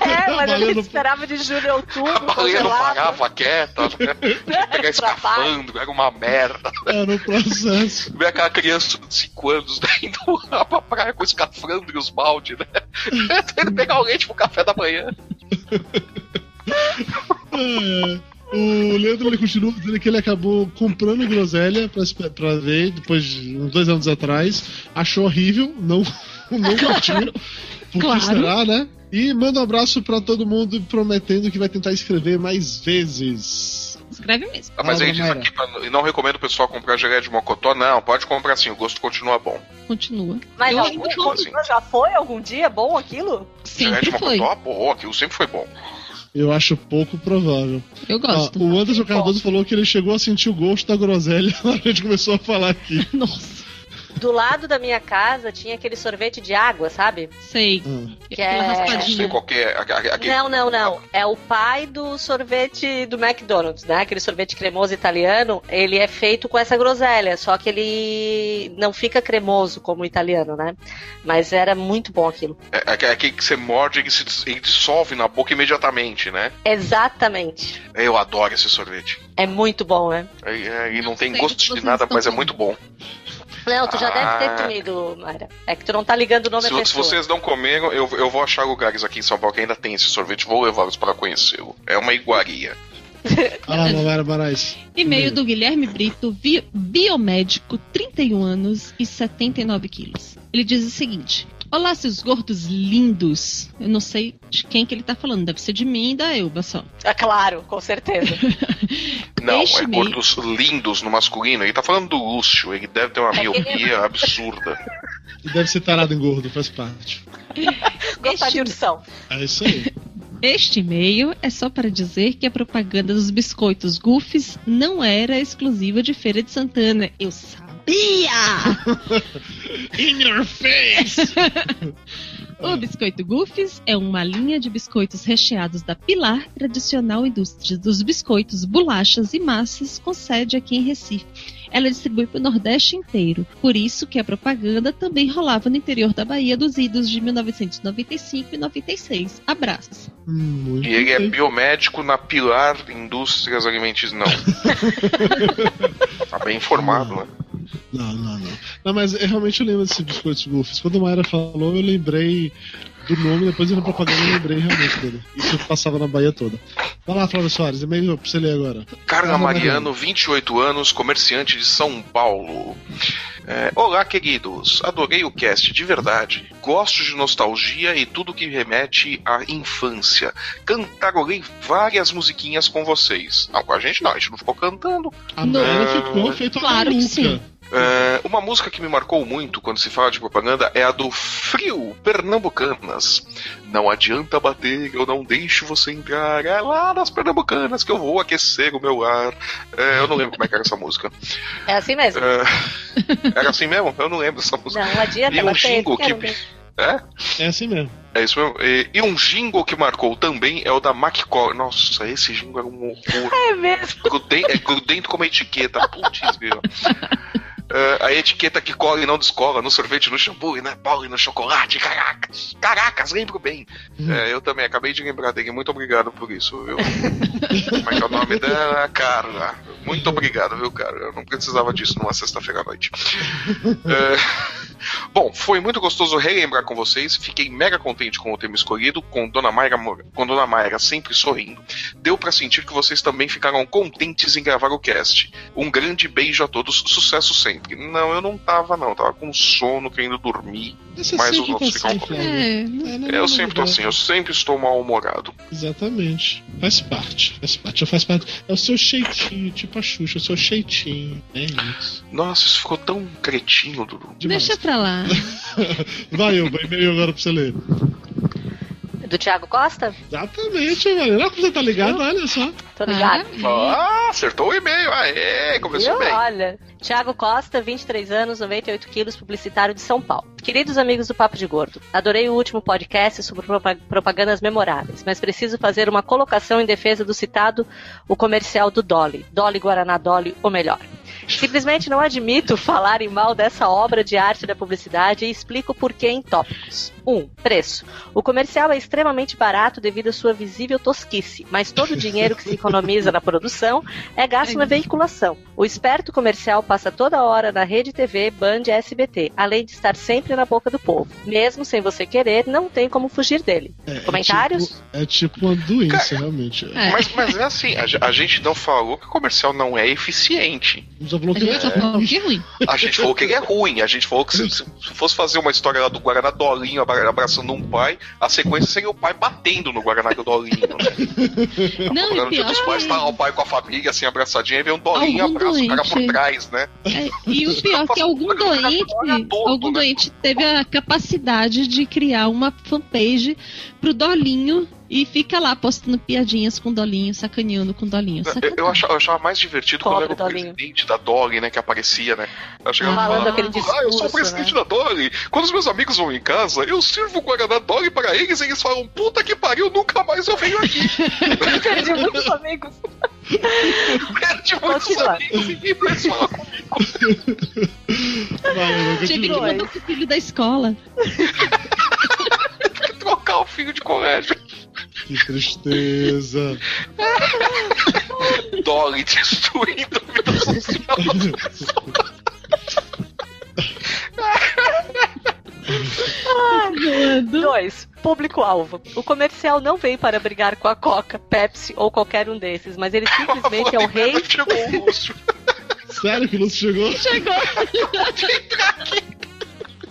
S5: É, mas a
S2: Baleia
S5: gente
S2: não-
S5: esperava de julho a
S4: A
S5: outubro,
S4: baleia não
S5: congelada.
S4: parava quieta, né? Tinha que pegar escafando, era uma merda.
S2: Era um processo.
S4: Ver aquela criança de 5 anos né, indo lá pra praia com escafandro e os balde, né? Tendo que pegar o leite pro tipo, café da manhã.
S2: É. O Leandro ele continua dizendo que ele acabou comprando groselha pra, espe- pra ver, depois de uns dois anos atrás. Achou horrível, não, não curtiu. Por
S3: Claro.
S2: que será, né? E manda um abraço pra todo mundo prometendo que vai tentar escrever mais vezes.
S3: Escreve mesmo.
S4: Ah, mas
S2: Ah,
S4: ele diz
S2: Mayra.
S4: aqui, pra, e não recomendo o pessoal comprar geleia de mocotó, não. Pode comprar sim, o gosto continua bom.
S3: Continua.
S5: Mas
S3: Eu
S5: algum
S4: ainda
S5: outro
S4: como.
S5: já foi algum dia bom aquilo?
S4: geleia de
S3: Sempre foi.
S4: mocotó, boa, aquilo sempre foi bom.
S2: Eu acho pouco provável.
S3: Eu
S2: Ó,
S3: gosto.
S2: o Anderson Cardoso falou que ele chegou a sentir o gosto da groselha na hora que a gente começou a falar aqui.
S3: Nossa,
S5: Do lado da minha casa tinha aquele sorvete de água, sabe?
S3: sei.
S2: Ah,
S5: Que
S3: Aquela
S5: é-
S4: Eu não sei
S3: raspadinha.
S4: qual que é. a- a- aquele-
S5: Não, não, não. É o pai do sorvete do McDonald's, né? Aquele sorvete cremoso italiano, ele é feito com essa groselha, só que ele não fica cremoso como o italiano, né? Mas era muito bom aquilo.
S4: É, é aquele que você morde e se dis- ele dissolve na boca imediatamente, né?
S5: Exatamente.
S4: Eu adoro esse sorvete.
S5: É muito bom, né?
S4: E, é, e não,
S3: Não
S4: tem
S3: sei do
S4: gosto
S3: que
S4: de
S3: vocês
S4: nada,
S3: estão
S4: mas é
S3: falando.
S4: muito bom.
S5: Não, tu já
S4: Ah.
S5: deve ter comido, Mara. É que tu não tá ligando o nome
S4: Se,
S5: da
S4: vo- se
S5: pessoa.
S4: vocês não comeram, eu, eu vou achar lugares aqui em São Paulo que ainda tem esse sorvete, vou levá-los para conhecê-lo. É uma iguaria.
S2: ah Mamara Marais.
S3: E-mail do Guilherme Brito, vi- biomédico, 31 anos e 79 quilos. Ele diz o seguinte: Olá, seus gordos lindos. Eu não sei de quem que ele tá falando, deve ser de mim e da Elba só.
S5: Ah, claro, com certeza.
S4: Não,
S3: Este
S4: é
S3: meio-
S4: gordos lindos no masculino. Ele tá falando do Lúcio, ele deve ter uma
S5: que ele-
S4: miopia absurda.
S2: Deve ser tarado em gordo, faz parte.
S5: Gostar de ursão.
S2: É isso aí.
S3: Este e-mail é só para dizer que a propaganda dos biscoitos Goofies não era exclusiva de Feira de Santana. Eu sabia!
S2: In your face!
S3: O Biscoito Goofies é uma linha de biscoitos recheados da Pilar, tradicional indústria dos biscoitos, bolachas e massas, com sede aqui em Recife. Ela distribui para o Nordeste inteiro, por isso que a propaganda também rolava no interior da Bahia dos idos de 1995 e 96. Abraços.
S2: Hum, Muito
S4: E ele é
S2: bem.
S4: biomédico na Pilar Indústrias Alimentícias. Não. tá bem informado, né?
S2: Não, não, não. Não, mas eu realmente eu lembro desse biscoito de Goofs. Quando a Mayra falou, eu lembrei do nome, depois eu na propaganda eu lembrei realmente dele. Isso passava na Bahia toda. Vai lá, Flávio Soares, e-mail pra você ler agora.
S4: Carla
S2: Carla
S4: Mariano, 28 anos, comerciante de São Paulo. É, Olá, queridos. Adorei o cast, de verdade. Gosto de nostalgia e tudo que remete à infância. Cantarolei várias musiquinhas com vocês. Não, com a gente não, a gente não ficou cantando.
S2: A Mayra
S4: Não.
S2: ficou feita uma
S3: Claro que
S2: maluca.
S3: sim.
S4: É, uma música que me marcou muito quando se fala de propaganda é a do Frio Pernambucanas. Não adianta bater, eu não deixo você entrar. É lá nas Pernambucanas que eu vou aquecer o meu ar. É, eu não lembro como é que era essa música.
S5: É assim mesmo.
S4: É, Era assim mesmo? Eu não lembro dessa música.
S5: Não adianta
S4: E um
S5: bater.
S4: jingle
S5: quero
S4: que-
S5: ver.
S4: É?
S2: É assim mesmo.
S4: É isso mesmo. E, e um jingle que marcou também é o da McCoy. Nossa, esse jingle era um horror.
S5: É mesmo.
S4: Grudem, é grudento como a etiqueta. Putz, grilo. É, a etiqueta que cola e não descola, no sorvete, no shampoo, e na bola e no chocolate, caracas, caracas, lembro bem. É, eu também acabei de lembrar dele, muito obrigado por isso, viu? Como é que é o nome dela? Carla. Muito obrigado, viu, cara? Eu não precisava disso numa sexta-feira à noite. É, Bom, foi muito gostoso relembrar com vocês. Fiquei mega contente com o tema escolhido, com Dona Mayra, Moura- com Dona Mayra sempre sorrindo. Deu pra sentir que vocês também ficaram contentes em gravar o cast. Um grande beijo a todos, sucesso sempre. Não, eu não tava, não. Tava com sono, querendo dormir.
S2: Você
S4: Mas os
S2: sempre tá
S4: outros ficam
S2: assim, Flávio.
S3: É, não-
S2: É, não é
S4: Eu
S2: nada
S4: sempre tô
S2: novidade.
S4: assim, eu sempre estou mal-humorado.
S2: Exatamente. Faz parte. Faz parte. Já Faz parte. É o seu jeitinho, tipo a Xuxa, é o seu jeitinho. É isso.
S4: Nossa, isso ficou tão cretinho, Dudu.
S2: Demais.
S3: deixa pra lá.
S2: Vai, eu, e-mail agora pra você ler.
S5: Do Thiago Costa?
S2: Exatamente, mano. Olha como você tá ligado, olha só.
S5: Tô ligado.
S4: Ah, acertou o e-mail. Aê, começou
S5: Viu?
S4: bem.
S5: Olha, Thiago Costa, 23 anos, 98 quilos, publicitário de São Paulo. Queridos amigos do Papo de Gordo, adorei o último podcast sobre propa- propagandas memoráveis, mas preciso fazer uma colocação em defesa do citado o comercial do Dolly, Dolly Guaraná Dolly, ou melhor. Simplesmente não admito falarem mal dessa obra de arte da publicidade e explico por que então. em tópicos. 1. Um, preço. O comercial é extremamente barato devido à sua visível tosquice, mas todo o dinheiro que se economiza na produção é gasto na veiculação. O esperto comercial passa toda hora na rede TV, Band e SBT, além de estar sempre na boca do povo. Mesmo sem você querer, não tem como fugir dele.
S2: É,
S5: Comentários?
S2: É tipo, é tipo uma doença, realmente.
S3: É.
S4: Mas, mas é assim, a, ge- a gente não falou que o comercial não é eficiente.
S2: Não só falou
S3: A
S2: que
S3: gente só falou que é ruim.
S4: A gente falou que ele é ruim. A gente falou que se, se fosse fazer uma história lá do Guaraná Dolinho abra- abraçando um pai, a sequência seria o pai batendo no Guaraná Dolinho. Né?
S3: Não,
S4: No
S3: e
S4: dia
S3: pior é
S4: dos pais, tá lá
S3: que...
S4: o pai com a família, assim, abraçadinho, e vem um Dolinho
S3: Algum
S4: abraça o cara por
S3: doente.
S4: trás, né?
S3: É, e o pior que algum doente, algum doente teve a capacidade de criar uma fanpage pro Dolinho e fica lá postando piadinhas com Dolinho, sacaneando com Dolinho.
S4: Eu,
S3: sacanagem.
S4: eu achava, eu achava mais divertido
S5: Pobre
S4: quando era o
S5: Dolinho.
S4: presidente da Dolly, né? Que aparecia, né? Eu chegava
S5: Falando
S4: falando,
S5: aquele
S4: ah, eu sou o
S5: discurso, né?"
S4: presidente da Dolly. Quando os meus amigos vão em casa, eu sirvo o Guaraná Dolly pra eles e eles falam, puta que pariu, nunca mais eu venho aqui.
S5: Perdi muitos amigos.
S4: Perde muitos
S5: Continua.
S4: amigos e eles falam comigo.
S3: é Tive que
S5: dois.
S3: mandar pro filho da escola.
S4: trocar o filho de colégio.
S2: Que tristeza.
S4: Dolly destruindo a vida social.
S3: Mano.
S5: 2. Público-alvo. O comercial não veio para brigar com a Coca, Pepsi ou qualquer um desses, mas ele simplesmente é o rei.
S4: Chegou o Lúcio.
S2: Sério que o Lúcio chegou?
S3: Chegou.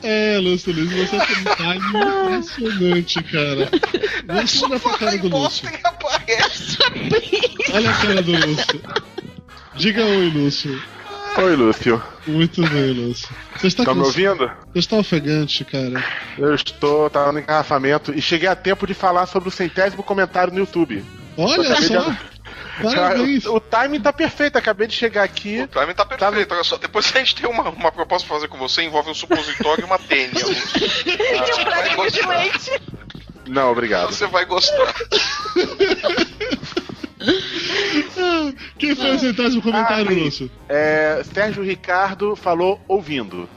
S2: É, Lúcio Luiz, você tem um time impressionante, cara. Lúcio olha pra cara do Lúcio.
S4: e aparece.
S2: Olha a cara do Lúcio. Diga oi, Lúcio.
S9: Oi, Lúcio.
S2: Muito bem, Lúcio. Você está,
S9: Tá me
S2: cansa-
S9: ouvindo?
S2: Você está ofegante, cara.
S9: Eu estou, tá no engarrafamento e cheguei a tempo de falar sobre o centésimo comentário no YouTube.
S2: Olha
S9: Acabei de-
S2: só. Parabéns.
S9: O, o timing tá perfeito, acabei de chegar aqui.
S4: O time tá perfeito. Olha só, depois a gente tem uma, uma proposta pra fazer com você, envolve um supositório e uma tênia. Lúcio.
S5: um
S4: prato de
S5: leite.
S9: Não, obrigado.
S4: Você vai gostar.
S2: Ah, Quem foi o centésimo comentário,
S9: Ah, sim.
S2: Lúcio?
S9: É, Sérgio Ricardo falou ouvindo.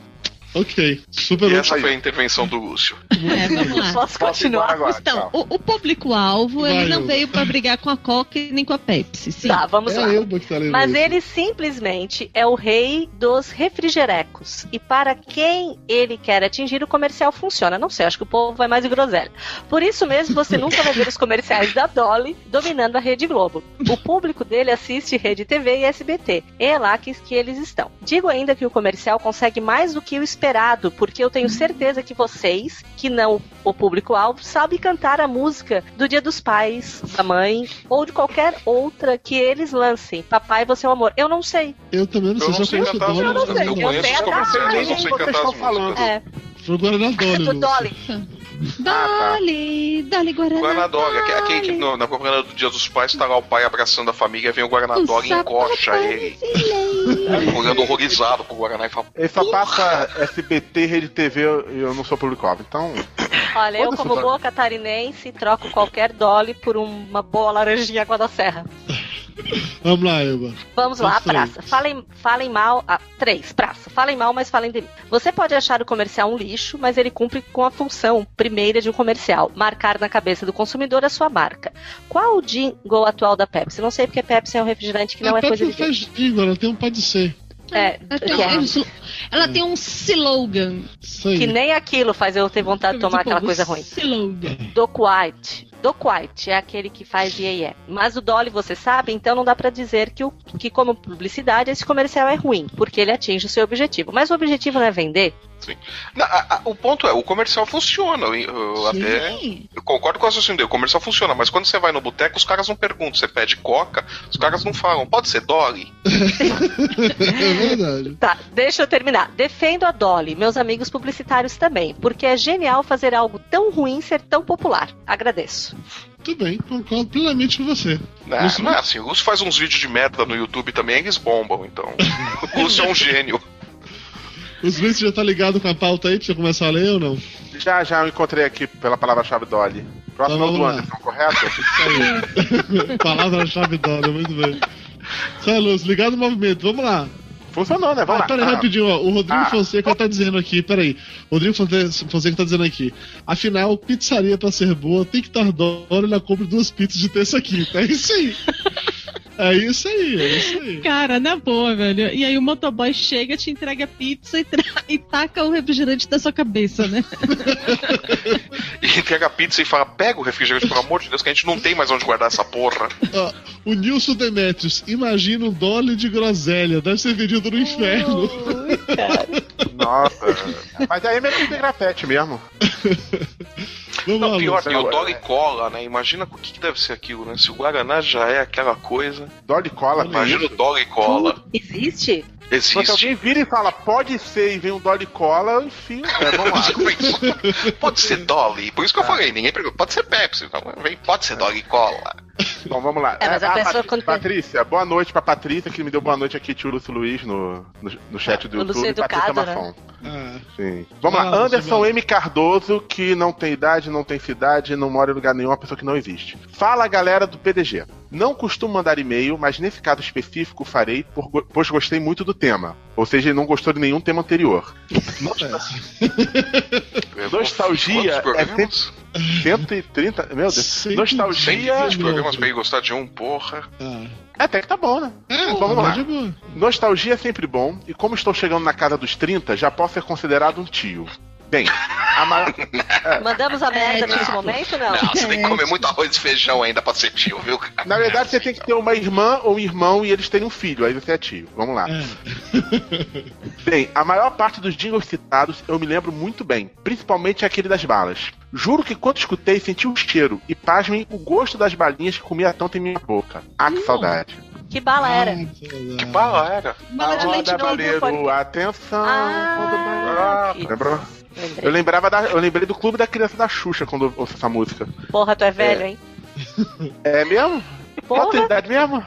S2: Ok. Super É
S4: E
S2: Lúcio.
S4: essa foi a intervenção do Lúcio.
S3: É, vamos lá.
S5: Posso continuar?
S9: agora.
S3: Então,
S9: tchau.
S3: o, o público-alvo,
S2: Vai,
S3: ele não
S2: eu.
S3: veio pra brigar com a Coca e nem com a Pepsi. Sim.
S5: Tá, vamos lá.
S2: É eu, Bactarelli.
S5: Mas ele simplesmente é o rei dos refrigerecos. E para quem ele quer atingir, o comercial funciona. Não sei, acho que o povo vai mais em groselha. Por isso mesmo, você nunca vai ver os comerciais da Dolly dominando a Rede Globo. O público dele assiste Rede TV e SBT. E é lá que, que eles estão. Digo ainda que o comercial consegue mais do que o esperado, porque eu tenho certeza que vocês, que não o público-alvo, sabem cantar a música do Dia dos Pais, da Mãe, ou de qualquer outra que eles lancem. Papai, você é o amor. Eu não sei.
S2: Eu também não
S4: Eu
S2: sei
S4: não
S2: se eu
S4: sei
S2: conheço o
S4: cantar as
S2: Dolly.
S5: não
S4: músicas.
S5: sei,
S4: Eu
S5: eu
S4: conheço
S5: sei
S4: os
S5: a
S4: comerciantes, eu não sei
S9: vocês
S4: cantar as
S9: estão
S4: músicas.
S9: falando.
S5: É,
S2: Foi o Guaraná Dolly,
S5: do
S2: Lúcio.
S5: Dolly.
S9: tá.
S3: Dole, Dole Guaraná.
S4: Guaranadog, aque-
S3: Dole.
S4: aquele que é no- na propaganda do Dia dos Pais tá lá o pai abraçando a família, vem o Guaranadog e encoxa ele. Olhando horrorizado pro Guaraná e fala,
S9: Ele só passa SBT, Rede TV e eu não sou público-alvo. Então,
S5: Olha, eu,
S9: Foda-se,
S5: como
S9: Dolly.
S5: boa catarinense, troco qualquer Dolly por uma boa laranjinha com a da Serra.
S2: Vamos lá, Elba.
S5: Vamos lá,
S2: Gostei.
S5: praça. Falem, falem mal. Ah, três, praça. Falem mal, mas falem de mim. Você pode achar o comercial um lixo, mas ele cumpre com a função primeira de um comercial: marcar na cabeça do consumidor a sua marca. Qual o jingle atual da Pepsi? Não sei porque Pepsi é um refrigerante que não
S2: a
S5: é coisa
S2: Pepsi
S5: de.
S2: não faz jingle, ela tem um pode ser.
S5: É,
S3: Ela tem,
S5: que, é-
S3: um- ela tem um slogan.
S2: Isso aí.
S5: que nem aquilo faz eu ter vontade de tomar
S3: Tipo,
S5: aquela
S3: um
S5: coisa ruim.
S3: Slogan.
S5: Doc White. Doc White é aquele que faz IEE. Mas o Dolly, você sabe, então não dá pra dizer que, o, que, como publicidade, esse comercial é ruim, porque ele atinge o seu objetivo. Mas o objetivo não é vender?
S4: Não, a- a- o ponto é, o comercial funciona. Eu, eu até
S3: Sim.
S4: eu concordo com o raciocínio dele, o comercial funciona, mas quando você vai no boteco, os caras não perguntam. Você pede coca, os caras não falam, pode ser Dolly?
S2: É verdade.
S5: Tá, deixa eu terminar. Defendo a Dolly, meus amigos publicitários também, porque é genial fazer algo tão ruim ser tão popular. Agradeço.
S2: Tudo bem, concordo plenamente com você.
S4: Não,
S2: Lúcio-
S4: não, assim, o Lúcio faz uns vídeos de merda no YouTube também, eles bombam, então. O Lúcio é um gênio.
S2: Os Luiz já tá ligado com a pauta aí pra você começar a ler ou não?
S9: Já, já eu encontrei aqui pela palavra-chave Dolly. Próximo é o
S2: Então,
S9: do
S2: vamos lá.
S9: Anderson, correto?
S2: Palavra-chave dona, muito bem. Sai, Luz, ligado no movimento, vamos lá.
S9: Funcionou, né? Vamos
S2: Ah,
S9: lá.
S2: pera aí,
S4: tá.
S9: Ah,
S2: rapidinho, ó. O Rodrigo
S9: Ah.
S2: Fonseca tá dizendo aqui, peraí. Rodrigo Fonte- Fonseca tá dizendo aqui. Afinal, pizzaria pra ser boa tem que estar dólar na compra de duas pizzas de terça a quinta. É isso aí. É isso aí, é isso aí.
S3: Cara, na boa, velho. E aí o motoboy chega, te entrega pizza e, tra- e taca o refrigerante da sua cabeça, né?
S4: E entrega a pizza e fala: pega o refrigerante, pelo amor de Deus, que a gente não tem mais onde guardar essa porra.
S2: Ó, o Nilson Demetrios, imagina um dólar de groselha. Deve ser vendido no inferno.
S5: Oh. Ui, cara.
S9: Nossa. Mas aí é melhor que ter grafete mesmo.
S2: Vamos lá,
S4: Não, pior,
S2: Luz.
S4: tem o Dolly Cola, né? Imagina o que, que deve ser aquilo, né? Se o Guaraná já é aquela coisa.
S9: Dolly cola, tá
S4: Imagina o
S9: isso?
S4: Dolly Cola.
S5: Existe?
S9: Mas se
S4: Existe.
S9: alguém vira e fala, pode ser, e vem um Dolly cola, eu enfio. É, vamos lá.
S4: Pode ser Dolly. Por isso que eu falei, ninguém perguntou. Pode ser Pepsi. Não, vem, pode ser Dolly Cola.
S9: Então vamos lá.
S5: É, mas a
S9: Ah,
S5: pessoa
S9: Patrícia,
S5: quando-
S9: Patrícia, boa noite pra Patrícia, que me deu boa noite aqui, tio Lúcio Luiz, no, no, no chat do
S5: O Lúcio
S9: YouTube.
S5: educado,
S9: Patrícia
S5: né?
S9: Mafon.
S2: Ah,
S9: Sim. Vamos lá.
S2: Vamos lá,
S9: Anderson
S2: vamos.
S9: M. Cardoso, que não tem idade, não tem cidade, não mora em lugar nenhum, é uma pessoa que não existe. Fala, galera do PDG. Não costumo mandar e-mail, mas nesse caso específico farei, por go- pois gostei muito do tema. Ou seja, ele não gostou de nenhum tema anterior.
S2: acontece.
S4: Quantos
S9: Nostalgia
S4: programas?
S9: 130. Meu Deus.
S2: Sim.
S9: Nostalgia.
S4: 120 programas pra ele gostar de um, porra.
S2: Ah.
S9: É, Até que tá bom, né?
S2: É,
S9: Bom,
S2: vamos
S9: vamos
S2: lá.
S9: lá.
S2: De boa.
S9: Nostalgia é sempre bom, e como estou chegando na casa dos 30, já posso ser considerado um tio. Bem, a maior.
S5: Mandamos a merda
S3: não.
S5: nesse momento? É. Não.
S4: Não, você tem que comer muito arroz e feijão ainda pra ser tio, viu, cara?
S9: Na verdade, você tem que ter uma irmã ou um irmão e eles terem um filho, aí você é tio. Vamos lá.
S2: É.
S9: Bem, a maior parte dos jingles citados eu me lembro muito bem, principalmente aquele das balas. Juro que quando escutei senti o cheiro e, pasmem, o gosto das balinhas que comia tanto em minha boca. Ah,
S5: Hum,
S9: que saudade.
S5: Que bala era?
S2: Ah, sei lá.
S4: Que bala era?
S3: Bala de
S9: Roda,
S3: leite não,
S9: baleiro,
S3: viu? Pode-
S9: atenção.
S5: Ah,
S9: quando-
S5: que-
S9: lembrou? Eu
S5: Ah, Lembrei.
S9: lembrava da, eu lembrei do clube da criança da Xuxa quando eu ouço essa música.
S5: Porra, tu é velho, hein?
S9: É mesmo? Qual a tua
S5: Porra.
S9: idade mesmo?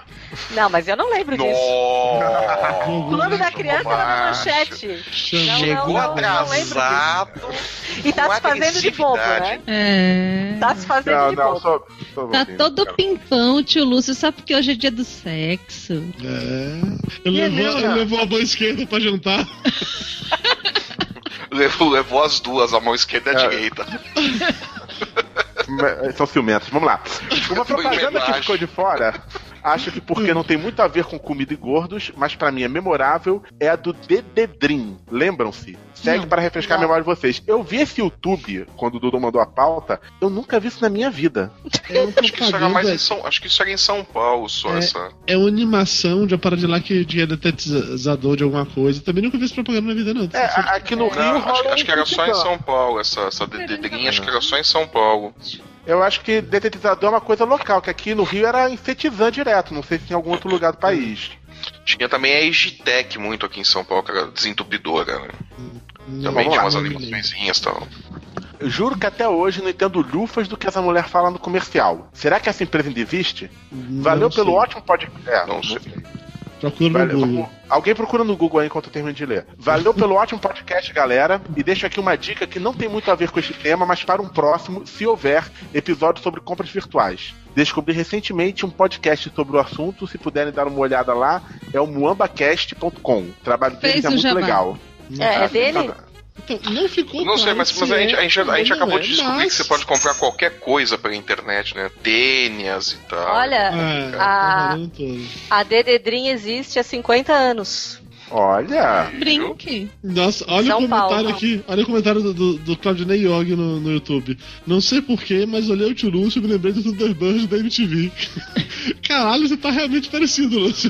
S5: Não, mas eu não lembro disso. O
S4: Nossa!
S5: nome da criança era na
S4: Baixo.
S5: manchete.
S2: Chamou.
S5: Não, não,
S4: Chegou
S5: não, não lembro
S4: atrasado.
S5: E tá
S4: com
S5: se fazendo de bobo, né?
S4: agressividade.
S3: É.
S5: Tá se fazendo
S9: Não,
S5: de
S9: não,
S5: bobo.
S9: sou. sou
S3: Tá
S9: novinho,
S3: todo
S9: cara.
S3: pimpão, tio Lúcio, só porque hoje é dia do sexo.
S2: É.
S9: E
S2: Ele
S9: é
S2: levou,
S9: mesmo,
S2: ele
S9: cara?
S2: levou a mão esquerda pra jantar.
S4: Levou, levou as duas, a mão esquerda e a
S9: É.
S4: direita.
S9: Mas eh, São ciumentos. Vamos lá. Uma
S4: Foi
S9: propaganda que
S4: homenagem.
S9: ficou de fora. Acho que porque não tem muito a ver com comida e gordos, mas pra mim é memorável, é a do Dededrim. Lembram-se? Segue para refrescar a
S5: Não.
S9: memória de vocês. Eu vi esse YouTube, quando o Dudu mandou a pauta, eu nunca vi isso na minha vida.
S2: É uma
S4: Acho que isso era mais
S2: propaganda.
S4: em São, acho que isso era em São Paulo, só
S2: É.
S4: essa.
S2: É uma animação de uma parada de lá que tinha detetizador de alguma coisa. Também nunca vi esse propaganda na vida, não. Assim,
S9: É, a- aqui no Rio
S4: Não, acho,
S9: rola
S4: acho
S9: um
S4: que era só em
S9: pouquinho.
S4: São Paulo, essa, essa dedrinha, acho que era só em São Paulo.
S9: Eu acho que detetizador é uma coisa local, que aqui no Rio era insetizante direto, não sei se em algum outro lugar do país.
S4: Tinha também a Egitec muito aqui em São Paulo, que era desentupidora, né?
S2: Não,
S4: Também
S9: vamos
S4: tinha
S9: lá,
S4: umas
S2: não lembro.
S4: animaçõezinhas e tal.
S9: Eu Juro que até hoje não entendo lufas do que essa mulher fala no comercial. Será que essa empresa ainda existe?
S2: não
S9: Valeu
S2: sei.
S9: pelo ótimo podcast. É,
S4: Não sei.
S2: Procura no
S9: Valeu.
S2: Google.
S9: Alguém procura no Google aí enquanto eu termino de ler. Valeu pelo ótimo podcast, galera. E deixo aqui uma dica que não tem muito a ver com este tema, mas para um próximo, se houver, episódio sobre compras virtuais. Descobri recentemente um podcast sobre o assunto. Se puderem dar uma olhada lá, é o muambacast.com. O trabalho
S3: Fez
S9: deles é
S3: o
S9: muito
S3: jabá.
S9: legal. tá-
S5: É, é dele?
S2: Então, não ficou
S4: Não sei,
S2: claro
S4: mas,
S2: se
S4: mas a, gente,
S2: é,
S4: a gente- a
S2: não,
S4: gente
S2: não
S4: acabou
S2: é,
S4: de descobrir
S2: mas-
S4: que você pode comprar qualquer coisa pela internet, né? Tênias e tal.
S5: Olha,
S2: É,
S5: Ah.
S2: tá valendo tudo.
S5: a Dededrim existe há 50 anos.
S9: Olha.
S3: Brinque.
S2: Nossa, olha
S5: São
S2: o comentário
S5: Paulo.
S2: aqui. Olha o comentário do, do, do Claudinei Yogi no, no YouTube. Não sei porquê, mas olhei o tio Lúcio e me lembrei do Thunderbird da MTV. Caralho, você tá realmente parecido, Lúcio.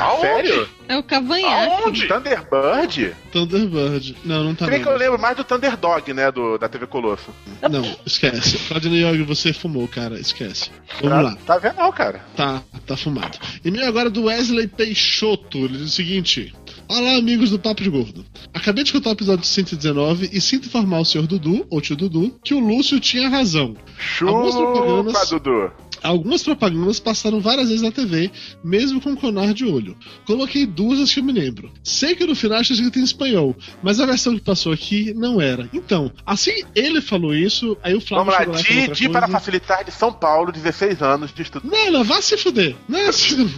S4: Aonde?
S9: Sério?
S3: É o cavanhaque.
S4: Aonde?
S9: Thunderbird?
S2: Thunderbird. Não, não tá
S9: Se bem
S2: não.
S9: que eu lembro mais do Thunderdog, né? Do, da TV Colosso.
S2: Não, esquece. Claudinei Yogi, você fumou, cara. Esquece. Vamos lá.
S9: Tá vendo, não, cara?
S2: Tá, tá fumado. E-mail agora do Wesley Peixoto. Ele diz o seguinte: Olá, amigos do Papo de Gordo. Acabei de escutar o episódio 119 e sinto informar o senhor Dudu, ou tio Dudu, que o Lúcio tinha razão. Algumas
S9: Chupa,
S2: propagandas-
S9: Dudu.
S2: Algumas propagandas passaram várias vezes na TV, mesmo com um conar de olho. Coloquei duas as que eu me lembro. Sei que no final está escrito em espanhol, mas a versão que passou aqui não era. Então, assim ele falou isso, aí o Flávio
S9: Vamos lá,
S2: chegou lá e falou outra
S9: Didi para
S2: coisa.
S9: facilitar de São Paulo, 16 anos de estudo.
S2: Não, não, vá se fuder. Não é assim.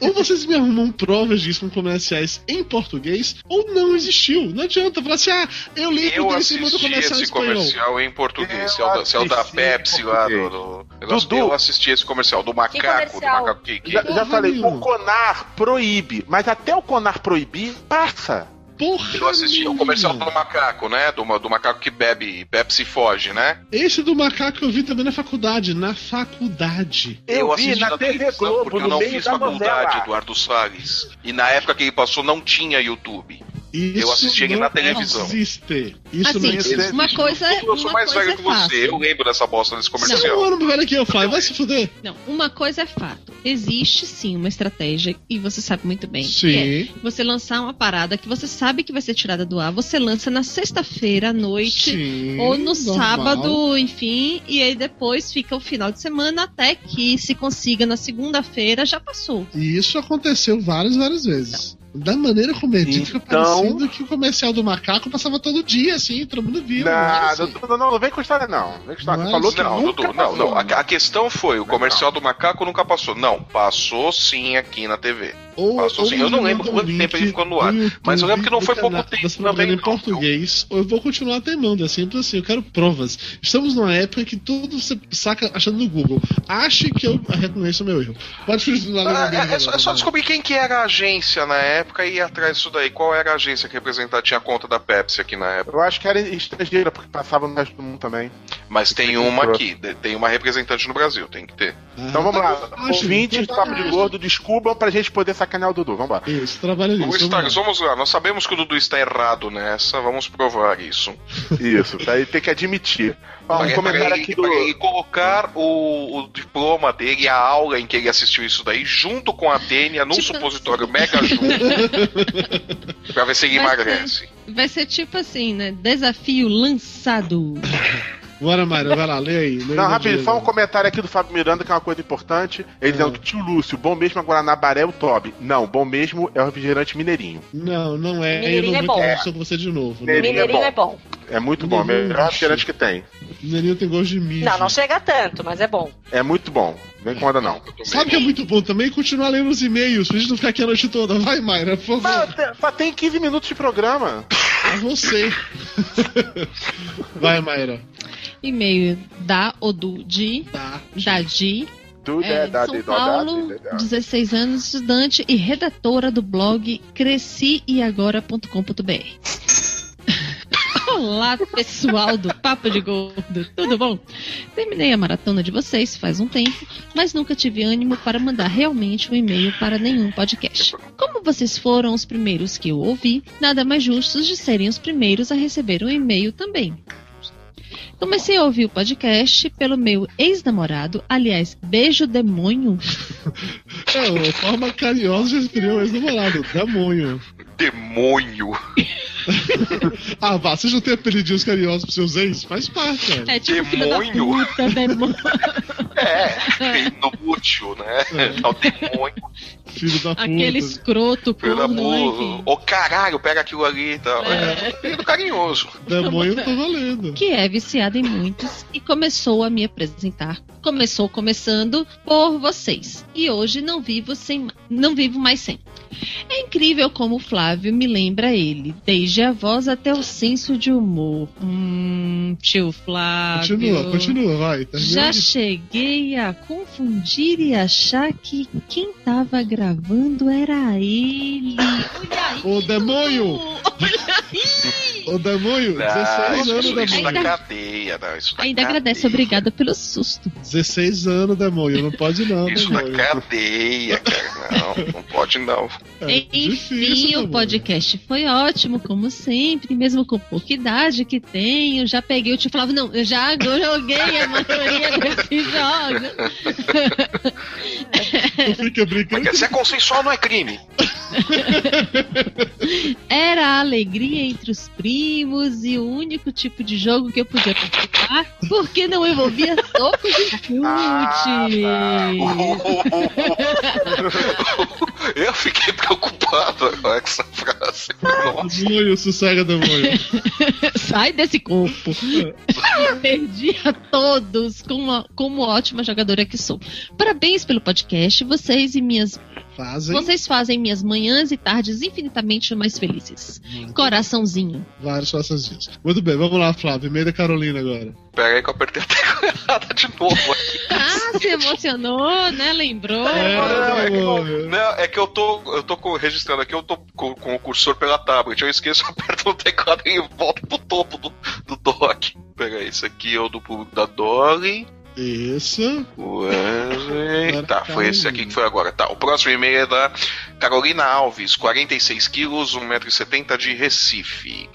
S2: ou vocês me arrumam provas disso com comerciais em português, ou não existiu. Não adianta falar assim, ah, eu li
S4: Eu
S2: porque esse mundo
S4: assisti
S2: comercial em
S4: esse
S2: espanhol.
S4: comercial em português.
S9: Eu
S4: Se é, o da, se é o da
S9: assisti em
S4: Pepsi lá do.
S9: português.
S4: do negócio.
S9: Dudu.
S4: Eu assisti esse comercial do macaco, do
S5: comercial?
S4: macaco que. que-
S9: Já, já
S2: Porra
S9: falei,
S2: nenhuma.
S9: o Conar proíbe, mas até o Conar proibir, passa.
S2: Porra!
S4: Eu assisti o comercial
S2: nenhuma.
S4: do macaco, né? Do, ma- do macaco que bebe Pepsi e foge, né?
S2: Esse do macaco eu vi também na faculdade. Na faculdade.
S9: Eu, vi na TV
S4: televisão,
S9: Globo,
S4: porque eu
S9: no
S4: não
S9: meio
S4: fiz
S9: da
S4: faculdade,
S9: novela.
S4: Eduardo Salles. E na época que ele passou, não tinha YouTube.
S2: Isso
S4: Eu assisti ele
S2: não
S4: na televisão. é
S2: Existe. Isso não
S3: Assim,
S4: Isso
S2: existe.
S4: existe.
S3: uma coisa- é-
S4: Eu sou
S3: uma
S4: mais
S3: coisa
S4: velho que você,
S3: é fácil.
S4: eu lembro dessa bosta desse
S2: Você é
S4: comercial.
S2: um ano mais velho que eu, Flávio. Vai se fuder.
S3: Não, uma coisa é fato. Existe sim uma estratégia, e você sabe muito bem. Que é
S2: Sim,
S3: você lançar uma parada que você sabe que vai ser tirada do ar, você lança na sexta-feira à noite.
S2: sim.
S3: Ou
S2: normal.
S3: no sábado, enfim, e aí depois fica o final de semana até que se consiga na segunda-feira, já passou.
S2: E isso aconteceu várias, várias vezes. Da maneira como é dito, fica
S9: Então-
S2: parecendo que o comercial do macaco passava todo dia, assim, todo mundo assim. via.
S9: Não,
S2: várias
S9: Dudu,
S2: vezes.
S9: não, não, não vem com história, não. Vem com história.
S2: Mas-
S9: Você falou que
S4: Não,
S2: assim.
S9: nunca
S4: Dudu, não,
S9: passou.
S4: não. A, a questão foi, o comercial do macaco nunca passou. Não, passou sim aqui na TV.
S2: Ou,
S4: Passou assim, eu
S2: me
S4: não lembro
S2: manda um
S4: quanto tempo
S2: link
S4: ele ficou no ar,
S2: do
S4: mas eu lembro que não
S2: YouTube
S4: foi
S2: do
S4: pouco
S2: canal-
S4: tempo
S2: desse programa
S4: também,
S2: em
S4: não,
S2: português, ou eu vou continuar teimando, é simples assim, eu quero provas. Estamos numa época que tudo você saca achando no Google. Ache que eu reconheço o meu erro. Pode continuar
S4: Ah,
S2: lendo.
S4: é, é só, é só descobrir quem que era a agência na época e ir atrás disso daí. Qual era a agência que representava, tinha a conta da Pepsi aqui na época.
S9: Eu acho que era estrangeira, porque passava no resto do mundo também.
S4: Mas tem uma aqui, de- tem uma representante no Brasil, tem que ter.
S2: Ah,
S9: Então vamos
S2: tá
S9: lá.
S2: bom, ache,
S9: Ouvintes,
S2: então,
S9: papo de
S2: ache.
S9: gordo, descubram pra gente poder sacanear o Dudu. Vambora.
S2: Isso, trabalho
S4: Vamos,
S2: nisso.
S4: estar,
S2: vamos lá.
S4: vamos lá, nós sabemos que o Dudu está errado nessa, vamos provar isso.
S9: Isso, daí tem que admitir. Ó, um
S4: Pra-
S9: comentário
S4: pra
S9: aqui
S4: ele-
S9: do.
S4: pra ele colocar o, o diploma dele, a aula em que ele assistiu isso daí, junto com a tênia, num
S3: Tipo-
S4: supositório mega junto. pra ver se ele
S3: Mas tem-
S4: emagrece.
S3: Vai ser tipo assim, né? Desafio lançado.
S2: Bora, Mário, vai lá, lê aí. lê
S9: Não,
S2: aí,
S9: rapidinho,
S2: Diego.
S9: só um comentário aqui do Fábio Miranda, que é uma coisa importante. Ele dizendo que tio Lúcio, bom mesmo é Guaranabaré é o Toby. Não, bom mesmo é o refrigerante Mineirinho.
S2: Não, não é.
S5: Mineirinho
S2: eu não
S5: é
S2: vou
S5: bom.
S2: conversar com você de novo. Não.
S9: Mineirinho é
S5: Mineirinho
S9: bom.
S5: é bom.
S9: É muito bom, é o melhor refrigerante que tem.
S2: Mineirinho tem gosto de mijo.
S5: Não, não chega tanto, mas é bom.
S9: É muito bom. Vem com onda, não.
S4: Eu tomei-
S2: Sabe o que é muito bom também? Continuar lendo os e-mails, pra gente não ficar aqui a noite toda. Vai, Mayra, por favor.
S9: Mas te- Só tem 15 minutos de programa.
S2: A você. Vai, Mayra.
S3: E-mail da Odu de
S2: Tá.
S3: Dadi,
S9: Tudo
S3: é,
S9: é,
S3: de
S9: dá,
S3: São
S9: dá, dá,
S3: Paulo,
S9: dá, dá.
S3: 16 anos, estudante e redatora do blog crescieagora.com.br. Olá, pessoal do Papo de Gordo, tudo bom? Terminei a maratona de vocês faz um tempo, mas nunca tive ânimo para mandar realmente um e-mail para nenhum podcast. Como vocês foram os primeiros que eu ouvi, nada mais justos de serem os primeiros a receber um e-mail também. Comecei a ouvir o podcast pelo meu ex-namorado, aliás, beijo demônio,
S2: É, uma forma carinhosa de referir o ex-namorado. Damonho.
S4: Demônio!
S2: Ah, vá, vocês não têm apelidinhos carinhosos pros seus ex? Faz parte, cara.
S3: É tipo filho da
S4: Demônio?
S3: puta, né, demônio.
S4: É, inútil, né? É o demônio,
S2: Filho da puta.
S3: Aquele escroto,
S4: filho da
S3: corno,
S4: puta.
S3: enfim.
S4: Ô caralho, pega aquilo ali e tal.
S3: É.
S4: É, apelido carinhoso.
S2: Damonho não tá valendo.
S3: Que é viciada em muitos e começou a me apresentar. Começou começando por vocês. E hoje não vivo sem, não vivo mais sem. É incrível como o Flávio me lembra ele, desde a voz até o senso de humor. Hum, tio Flávio.
S2: Continua, continua, vai. Termina
S3: Já
S2: de-
S3: cheguei a confundir e achar que quem tava gravando era ele. Olha aí,
S2: Ô, demônio!
S3: Dudu!
S2: Ô, Damonho,
S4: Não,
S2: 16
S4: Ah, isso,
S2: anos,
S4: isso, isso
S2: Damonho.
S4: da cadeia, não, isso da
S3: Ainda
S4: cadeia.
S3: agradeço, obrigada pelo susto.
S2: 16 anos, Damonho. Não pode não,
S4: Isso da
S2: Damonho.
S4: cadeia, cara. Não, não pode não.
S2: É
S3: Enfim,
S2: difícil,
S3: o
S2: Damonho.
S3: podcast foi ótimo, como sempre, mesmo com pouca idade que tenho. Já peguei o tio Flávio, não, eu já joguei a maioria desses jogos.
S2: Tu fica brincando.
S4: Porque se é consensual, não é crime.
S3: alegria entre os primos e o único tipo de jogo que eu podia participar, porque não envolvia socos e chute.
S4: Ah, Eu fiquei preocupado agora com essa frase. Nossa.
S2: Demônio, sossega, demônio.
S4: tá.
S3: Sai desse corpo. Perdi a todos, como, como ótima jogadora que sou. Parabéns pelo podcast, vocês e minhas.
S2: Fazem
S3: Vocês fazem minhas manhãs e tardes infinitamente mais felizes. Coraçãozinho.
S2: vários coraçõezinhos. Muito bem, vamos lá, Flávio. E-mail da Carolina agora.
S4: Pera aí que eu apertei a tecla errada de novo aqui.
S3: Ah, se emocionou, né? Lembrou.
S4: não, é que
S2: demônio.
S4: Não, é que eu tô, eu tô co- registrando aqui, eu tô co- com, o cursor pela tablet, eu esqueço, eu aperto no teclado e volto pro topo do, do dock. Pera aí, isso aqui é o do público da Dolly.
S2: Isso.
S4: Wesley.
S2: Agora
S4: Tá, foi esse
S2: Carolina.
S4: aqui que foi agora. Tá, o próximo e-mail é da Carolina Alves, 46 quilos, 1,70m de Recife.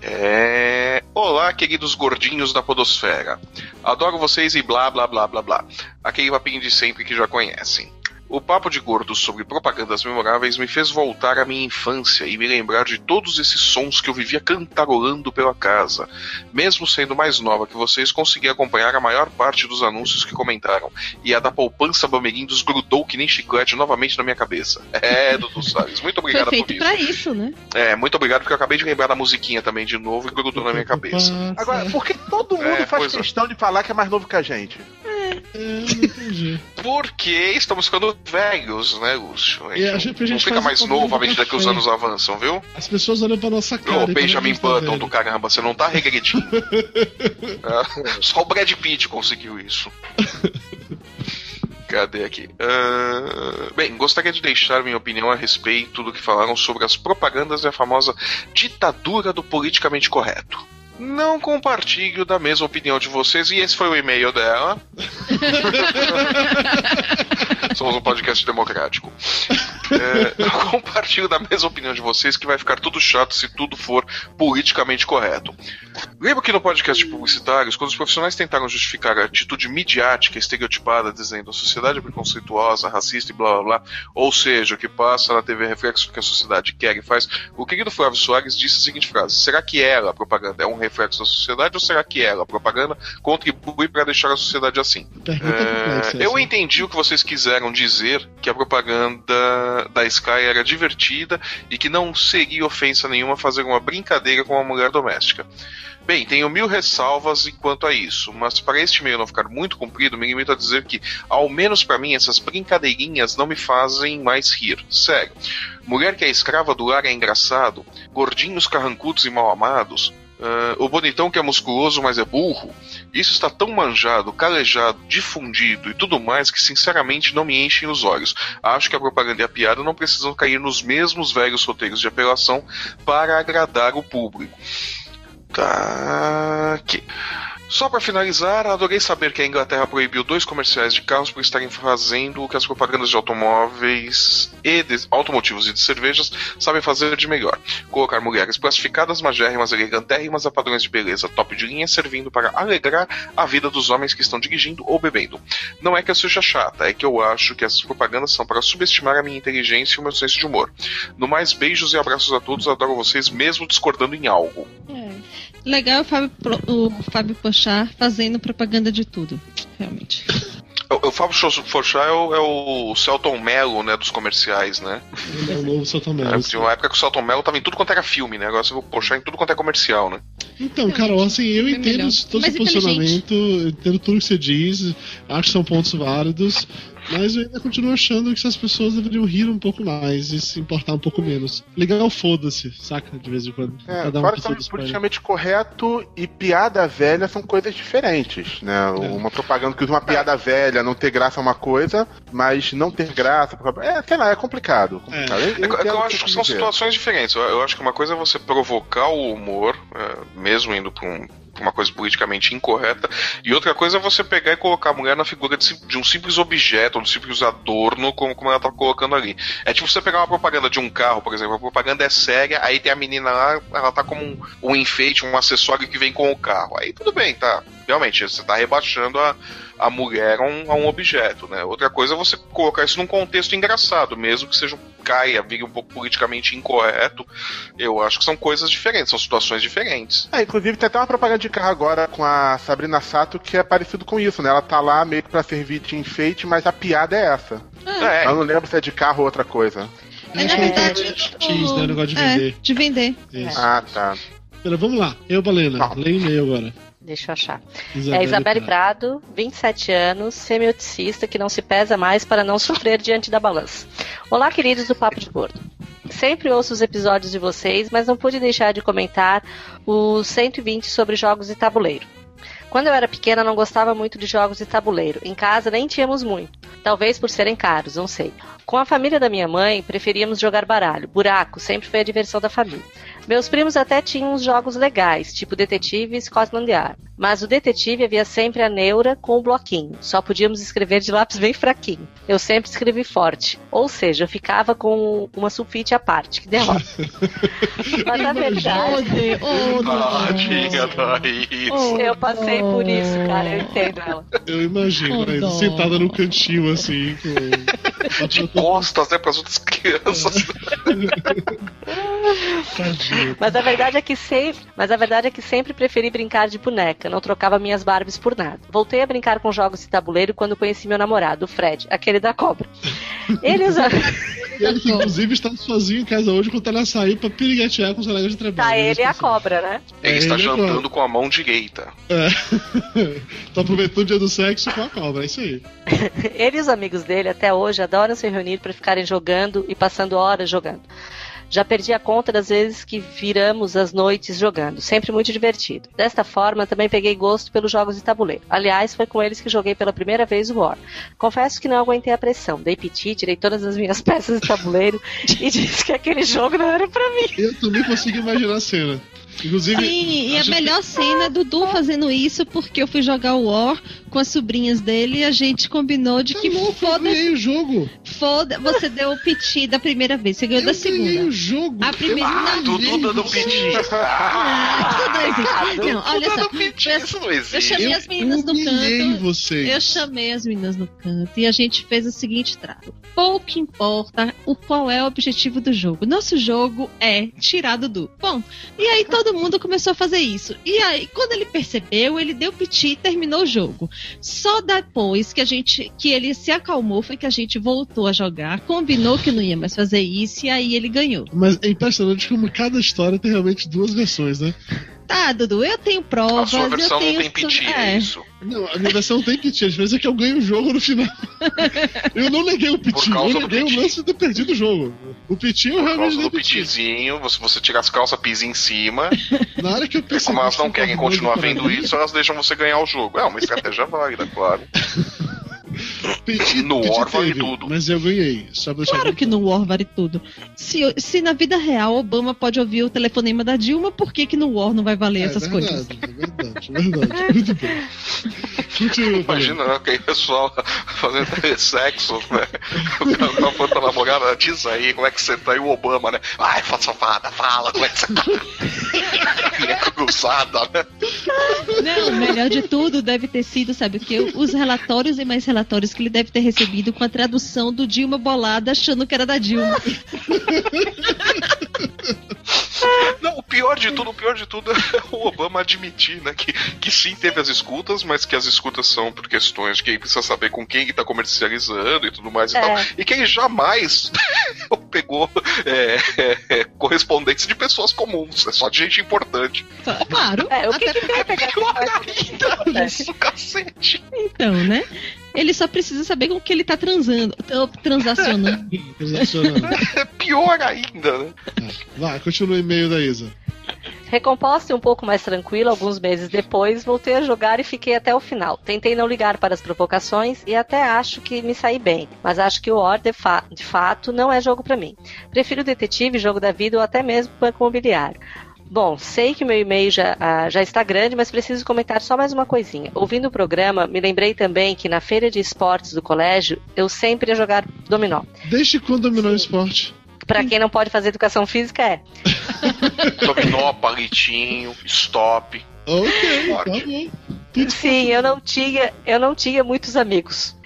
S4: É... Olá, queridos gordinhos da podosfera. Adoro vocês e blá blá blá blá blá. Aquele papinho de sempre que já conhecem. O papo de gordo sobre propagandas memoráveis me fez voltar à minha infância e me lembrar de todos esses sons que eu vivia cantarolando pela casa. Mesmo sendo mais nova que vocês, consegui acompanhar a maior parte dos anúncios que comentaram. E a da poupança Bamerindos grudou que nem chiclete novamente na minha cabeça. É, Dudu Salles, muito
S3: Foi
S4: obrigado por
S3: feito
S4: isso.
S3: pra isso, né?
S4: É, muito obrigado, porque eu acabei de lembrar da musiquinha também de novo e grudou na minha cabeça.
S9: Agora, por que todo mundo
S4: É,
S9: faz
S4: coisa.
S9: questão de falar que é mais novo que a gente?
S2: É, não entendi.
S4: Porque estamos ficando velhos, né, Lúcio? A gente,
S2: E a gente- a
S4: não
S2: gente
S4: fica
S2: faz
S4: mais
S2: um pouquinho
S4: novo à
S2: pra
S4: medida que os
S2: frente.
S4: anos avançam, viu?
S2: As pessoas olham pra nossa cara. é
S4: Ô,
S2: e
S4: Benjamin
S2: falam,
S4: Button do caramba, você não tá regredindo. É, só o Brad Pitt conseguiu isso. Cadê aqui? Ah, bem, gostaria de deixar minha opinião a respeito do que falaram sobre as propagandas e a famosa ditadura do politicamente correto. Não compartilho da mesma opinião de vocês, e esse foi o e-mail dela. Somos um podcast democrático. É, eu compartilho da mesma opinião de vocês que vai ficar tudo chato se tudo for politicamente correto. Lembro que no podcast de publicitários, quando os profissionais tentaram justificar a atitude midiática estereotipada, dizendo a sociedade é preconceituosa, racista e blá blá blá, ou seja, o que passa na TV reflexo do que a sociedade quer e faz, o querido Flávio Soares disse a seguinte frase: será que ela, a propaganda, é um reflexo da sociedade ou será que ela, a propaganda, contribui para deixar a sociedade assim?
S2: Pergunta complexa.
S4: É, eu
S2: essa.
S4: entendi o que vocês quiseram dizer, que a propaganda da Sky era divertida e que não seria ofensa nenhuma fazer uma brincadeira com uma mulher doméstica. Bem, tenho mil ressalvas enquanto a isso, mas para este e-mail não ficar muito comprido, me limito a dizer que, ao menos para mim, essas brincadeirinhas não me fazem mais rir. Sério. Mulher que é escrava do lar é engraçado, gordinhos carrancudos e mal amados, ah, o bonitão que é musculoso mas é burro, isso está tão manjado, calejado, difundido e tudo mais que sinceramente não me enchem os olhos. Acho que a propaganda e a piada não precisam cair nos mesmos velhos roteiros de apelação para agradar o público. Tá aqui. Só para finalizar, adorei saber que a Inglaterra proibiu dois comerciais de carros por estarem fazendo o que as propagandas de automóveis e de automotivos e de cervejas sabem fazer de melhor colocar mulheres plastificadas, magérrimas, elegantérrimas a padrões de beleza top de linha, servindo para alegrar a vida dos homens que estão dirigindo ou bebendo. Não é que eu seja chata, é que eu acho que essas propagandas são para subestimar a minha inteligência e o meu senso de humor. No mais, beijos e abraços a todos, adoro vocês, mesmo discordando em algo.
S3: É. Legal o Fábio, Pro- o Fábio Pochá fazendo propaganda de tudo, realmente.
S4: O, o Fábio Cho- Forchá é o, é o Celton Mello, né, dos comerciais, né?
S2: Ele é o novo Santa Mel.
S4: É, tinha uma época que o Celton Mello tava em tudo quanto era filme, né? Agora você vai puxar em tudo quanto é comercial, né?
S2: Então, Carol, assim, eu
S3: Foi
S2: entendo
S3: É melhor.
S2: todo
S3: Mas
S2: o posicionamento, eu entendo tudo que você diz, acho que são pontos válidos, mas eu ainda continuo achando que essas pessoas deveriam rir um pouco mais e se importar um pouco menos. Ligar é o foda-se, saca? De vez em quando.
S9: É,
S2: Cada um
S9: fora
S2: com seu
S9: que também
S2: disparate.
S9: politicamente correto e piada velha são coisas diferentes, né? Uma propaganda que usa uma piada velha, não ter graça é uma coisa, mas não ter graça... É, sei lá, é complicado. complicado. Eu,
S4: É que- é que
S9: entendo
S4: eu
S9: o
S4: acho que
S9: você
S4: são
S9: quer dizer.
S4: situações diferentes. Eu, eu acho que uma coisa é você provocar o humor, é, mesmo indo pra, um- pra uma coisa politicamente incorreta, e outra coisa é você pegar e colocar a mulher na figura de, sim- de um simples objeto, ou de um simples adorno, como, como ela tá colocando ali. É tipo você pegar uma propaganda de um carro, por exemplo, a propaganda é séria, aí tem a menina lá, ela tá como um, um enfeite, um acessório que vem com o carro. Aí tudo bem, tá? Realmente, você tá rebaixando a, a mulher a um, a um objeto, né? Outra coisa é você colocar isso num contexto engraçado, mesmo que seja um caia, vire um pouco politicamente incorreto, eu acho que são coisas diferentes, são situações diferentes.
S9: É, inclusive tem até uma propaganda de carro agora com a Sabrina Sato que é parecido com isso, né? Ela tá lá meio que pra servir de enfeite, mas a piada é essa.
S3: Hum.
S4: É,
S9: Eu não lembro se é de carro ou outra coisa.
S3: É, na verdade,
S2: X, né? O negócio de
S3: é,
S2: vender.
S3: de vender.
S2: Isso.
S9: Ah, tá.
S2: Pera, vamos lá. Eu, Balena.
S9: Não.
S2: Leia o e-mail agora.
S5: Deixa eu achar. É Isabelle Prado, 27 anos, semioticista que não se pesa mais para não sofrer diante da balança. Olá, queridos do Papo de Gordo. Sempre ouço os episódios de vocês, mas não pude deixar de comentar os 120 sobre jogos de tabuleiro. Quando eu era pequena, não gostava muito de jogos de tabuleiro. Em casa nem tínhamos muito. Talvez por serem caros, não sei. Com a família da minha mãe, preferíamos jogar baralho. Buraco sempre foi a diversão da família. Meus primos até tinham uns jogos legais, tipo Detetive e Scotland Yard. Mas o Detetive havia sempre a neura com o bloquinho. Só podíamos escrever de lápis bem fraquinho. Eu sempre escrevi forte. Ou seja, eu ficava com uma sulfite à parte. Que derrota. Mas na verdade...
S3: Poder, oh,
S4: Ah,
S3: não.
S4: diga, Thaís.
S5: Eu passei por isso, cara. Eu entendo ela.
S2: Eu imagino,
S3: Oh,
S2: né?
S3: dó.
S2: sentada no cantinho, assim, com...
S4: De costas, né, pras outras crianças.
S2: Tadinho.
S5: Mas a verdade é que sempre, mas a verdade é que sempre preferi brincar de boneca, não trocava minhas Barbies por nada. Voltei a brincar com jogos de tabuleiro quando conheci meu namorado, o Fred, aquele da cobra. Ele usava,
S3: Tá
S2: E ele, que, inclusive, está sozinho em casa hoje, quando ele saiu pra piriguetear com os colegas de trabalho.
S5: tá
S2: né?
S5: ele e a cobra, né?
S4: Ele está
S2: Ele é
S4: jantando com a mão direita.
S2: Tô aproveitando o dia do sexo com a cobra, é isso aí.
S5: Ele e os amigos dele até hoje adoram se reunir para ficarem jogando e passando horas jogando. Já perdi a conta das vezes que viramos as noites jogando, sempre muito divertido. Desta forma, também peguei gosto pelos jogos de tabuleiro. Aliás, foi com eles que joguei pela primeira vez o War. Confesso que não aguentei a pressão, dei piti, tirei todas as minhas peças de tabuleiro e disse que aquele jogo não era pra mim.
S2: Eu também consigo imaginar a cena. Inclusive,
S3: Sim, e
S2: a
S3: a
S2: gente-
S3: melhor cena é Dudu fazendo isso porque eu fui jogar o War com as sobrinhas dele e a gente combinou de
S2: tá
S3: que
S2: louco, eu
S3: foda-se,
S2: ganhei o jogo.
S3: foda você deu o piti da primeira vez, você ganhou
S2: eu
S3: da
S2: ganhei
S3: segunda.
S2: o jogo.
S3: A primeira
S4: Ah,
S3: não,
S2: Hum.
S4: Dudu dando piti.
S3: ah, isso não existe. Não, olha
S4: Dudu
S3: só,
S4: dando piti,
S3: eu-
S4: isso não existe.
S3: chamei as meninas do
S2: humilhei
S3: canto.
S2: vocês.
S3: Eu chamei as meninas no canto e a gente fez o seguinte trato. Pouco importa o qual é o objetivo do jogo. Nosso jogo é tirar Dudu. Bom, e aí todo mundo começou a fazer isso. E aí, quando ele percebeu, ele deu piti e terminou o jogo. Só depois que a gente que ele se acalmou foi que a gente voltou a jogar, combinou que não ia mais fazer isso e aí ele ganhou.
S2: Mas é impressionante como cada história tem realmente duas versões, né?
S3: Tá, Dudu, eu tenho
S4: A
S3: provas,
S4: sua
S3: eu
S4: versão não
S3: tenho
S4: tem piti, é
S3: é.
S4: isso.
S2: Não, a minha versão tem piti. A diferença é que eu ganho o jogo no final. Eu não neguei o piti.
S4: Por causa
S2: Eu
S4: do
S2: neguei o
S4: piti.
S2: lance de ter perdido o jogo. O piti eu
S4: Por
S2: realmente
S4: causa
S2: dei
S4: do
S2: piti.
S4: pitizinho, se você tirar as calças, pisa em cima.
S2: Na hora que eu percebi...
S4: É Como elas
S2: que
S4: não
S2: eu
S4: querem
S2: tava
S4: continuar
S2: jogando
S4: vendo isso, elas deixam você ganhar o jogo. É uma estratégia válida, claro.
S2: Piti,
S4: No
S2: piti
S4: War vale
S2: teve,
S4: tudo.
S2: Mas eu ganhei. Só pra deixar
S3: Claro
S2: bem
S3: que no War vale tudo. Se, se na vida real Obama pode ouvir o telefonema da Dilma, por que, que no War não vai valer
S2: É
S3: essas
S2: verdade,
S3: coisas?
S2: É verdade, é verdade. Muito bem. Continua,
S4: Imagina né, aquele pessoal fazendo sexo, né? O cara tá falando pra namorada, diz aí como é que você tá. E o Obama, né? Ai, fa- safada, fala como é que você tá. E é cruzada, né?
S3: Não, o melhor de tudo deve ter sido, sabe o quê? Os relatórios e mais relatórios que ele deve ter recebido com a tradução do Dilma Bolada achando que era da Dilma.
S4: Não, o pior de tudo, o pior de tudo é o Obama admitir, né? Que, que sim, teve as escutas, mas que as escutas são por questões de que ele precisa saber com quem que tá comercializando e tudo mais e
S5: É.
S4: tal. E que ele jamais pegou é, é, correspondência de pessoas comuns, é só de gente importante.
S3: Claro,
S5: É, o que,
S3: até
S5: que tem a pegar com
S4: Pior
S5: mais
S4: ainda,
S5: importante?
S4: isso, cacete.
S3: então, né? Ele só precisa saber com que ele tá transando, tá transacionando.
S2: tá Transacionando.
S4: É pior ainda, né?
S2: Vai, continua o e-mail da Isa.
S5: Recomposta e um pouco mais tranquila, alguns meses depois, voltei a jogar e fiquei até o final. Tentei não ligar para as provocações e até acho que me saí bem, mas acho que o War de, fa- de fato não é jogo pra mim. Prefiro detetive, jogo da vida ou até mesmo banco imobiliário. Bom, sei que meu e-mail já, ah, já está grande, mas preciso comentar só mais uma coisinha. Ouvindo o programa, me lembrei também que na feira de esportes do colégio eu sempre ia jogar dominó.
S2: Desde quando dominou o esporte?
S5: Pra quem não pode fazer educação física, é.
S4: Dominó, palitinho, stop.
S2: Ok, tá
S4: Ótimo.
S2: bom.
S5: Sim, eu não tinha, eu não tinha muitos amigos.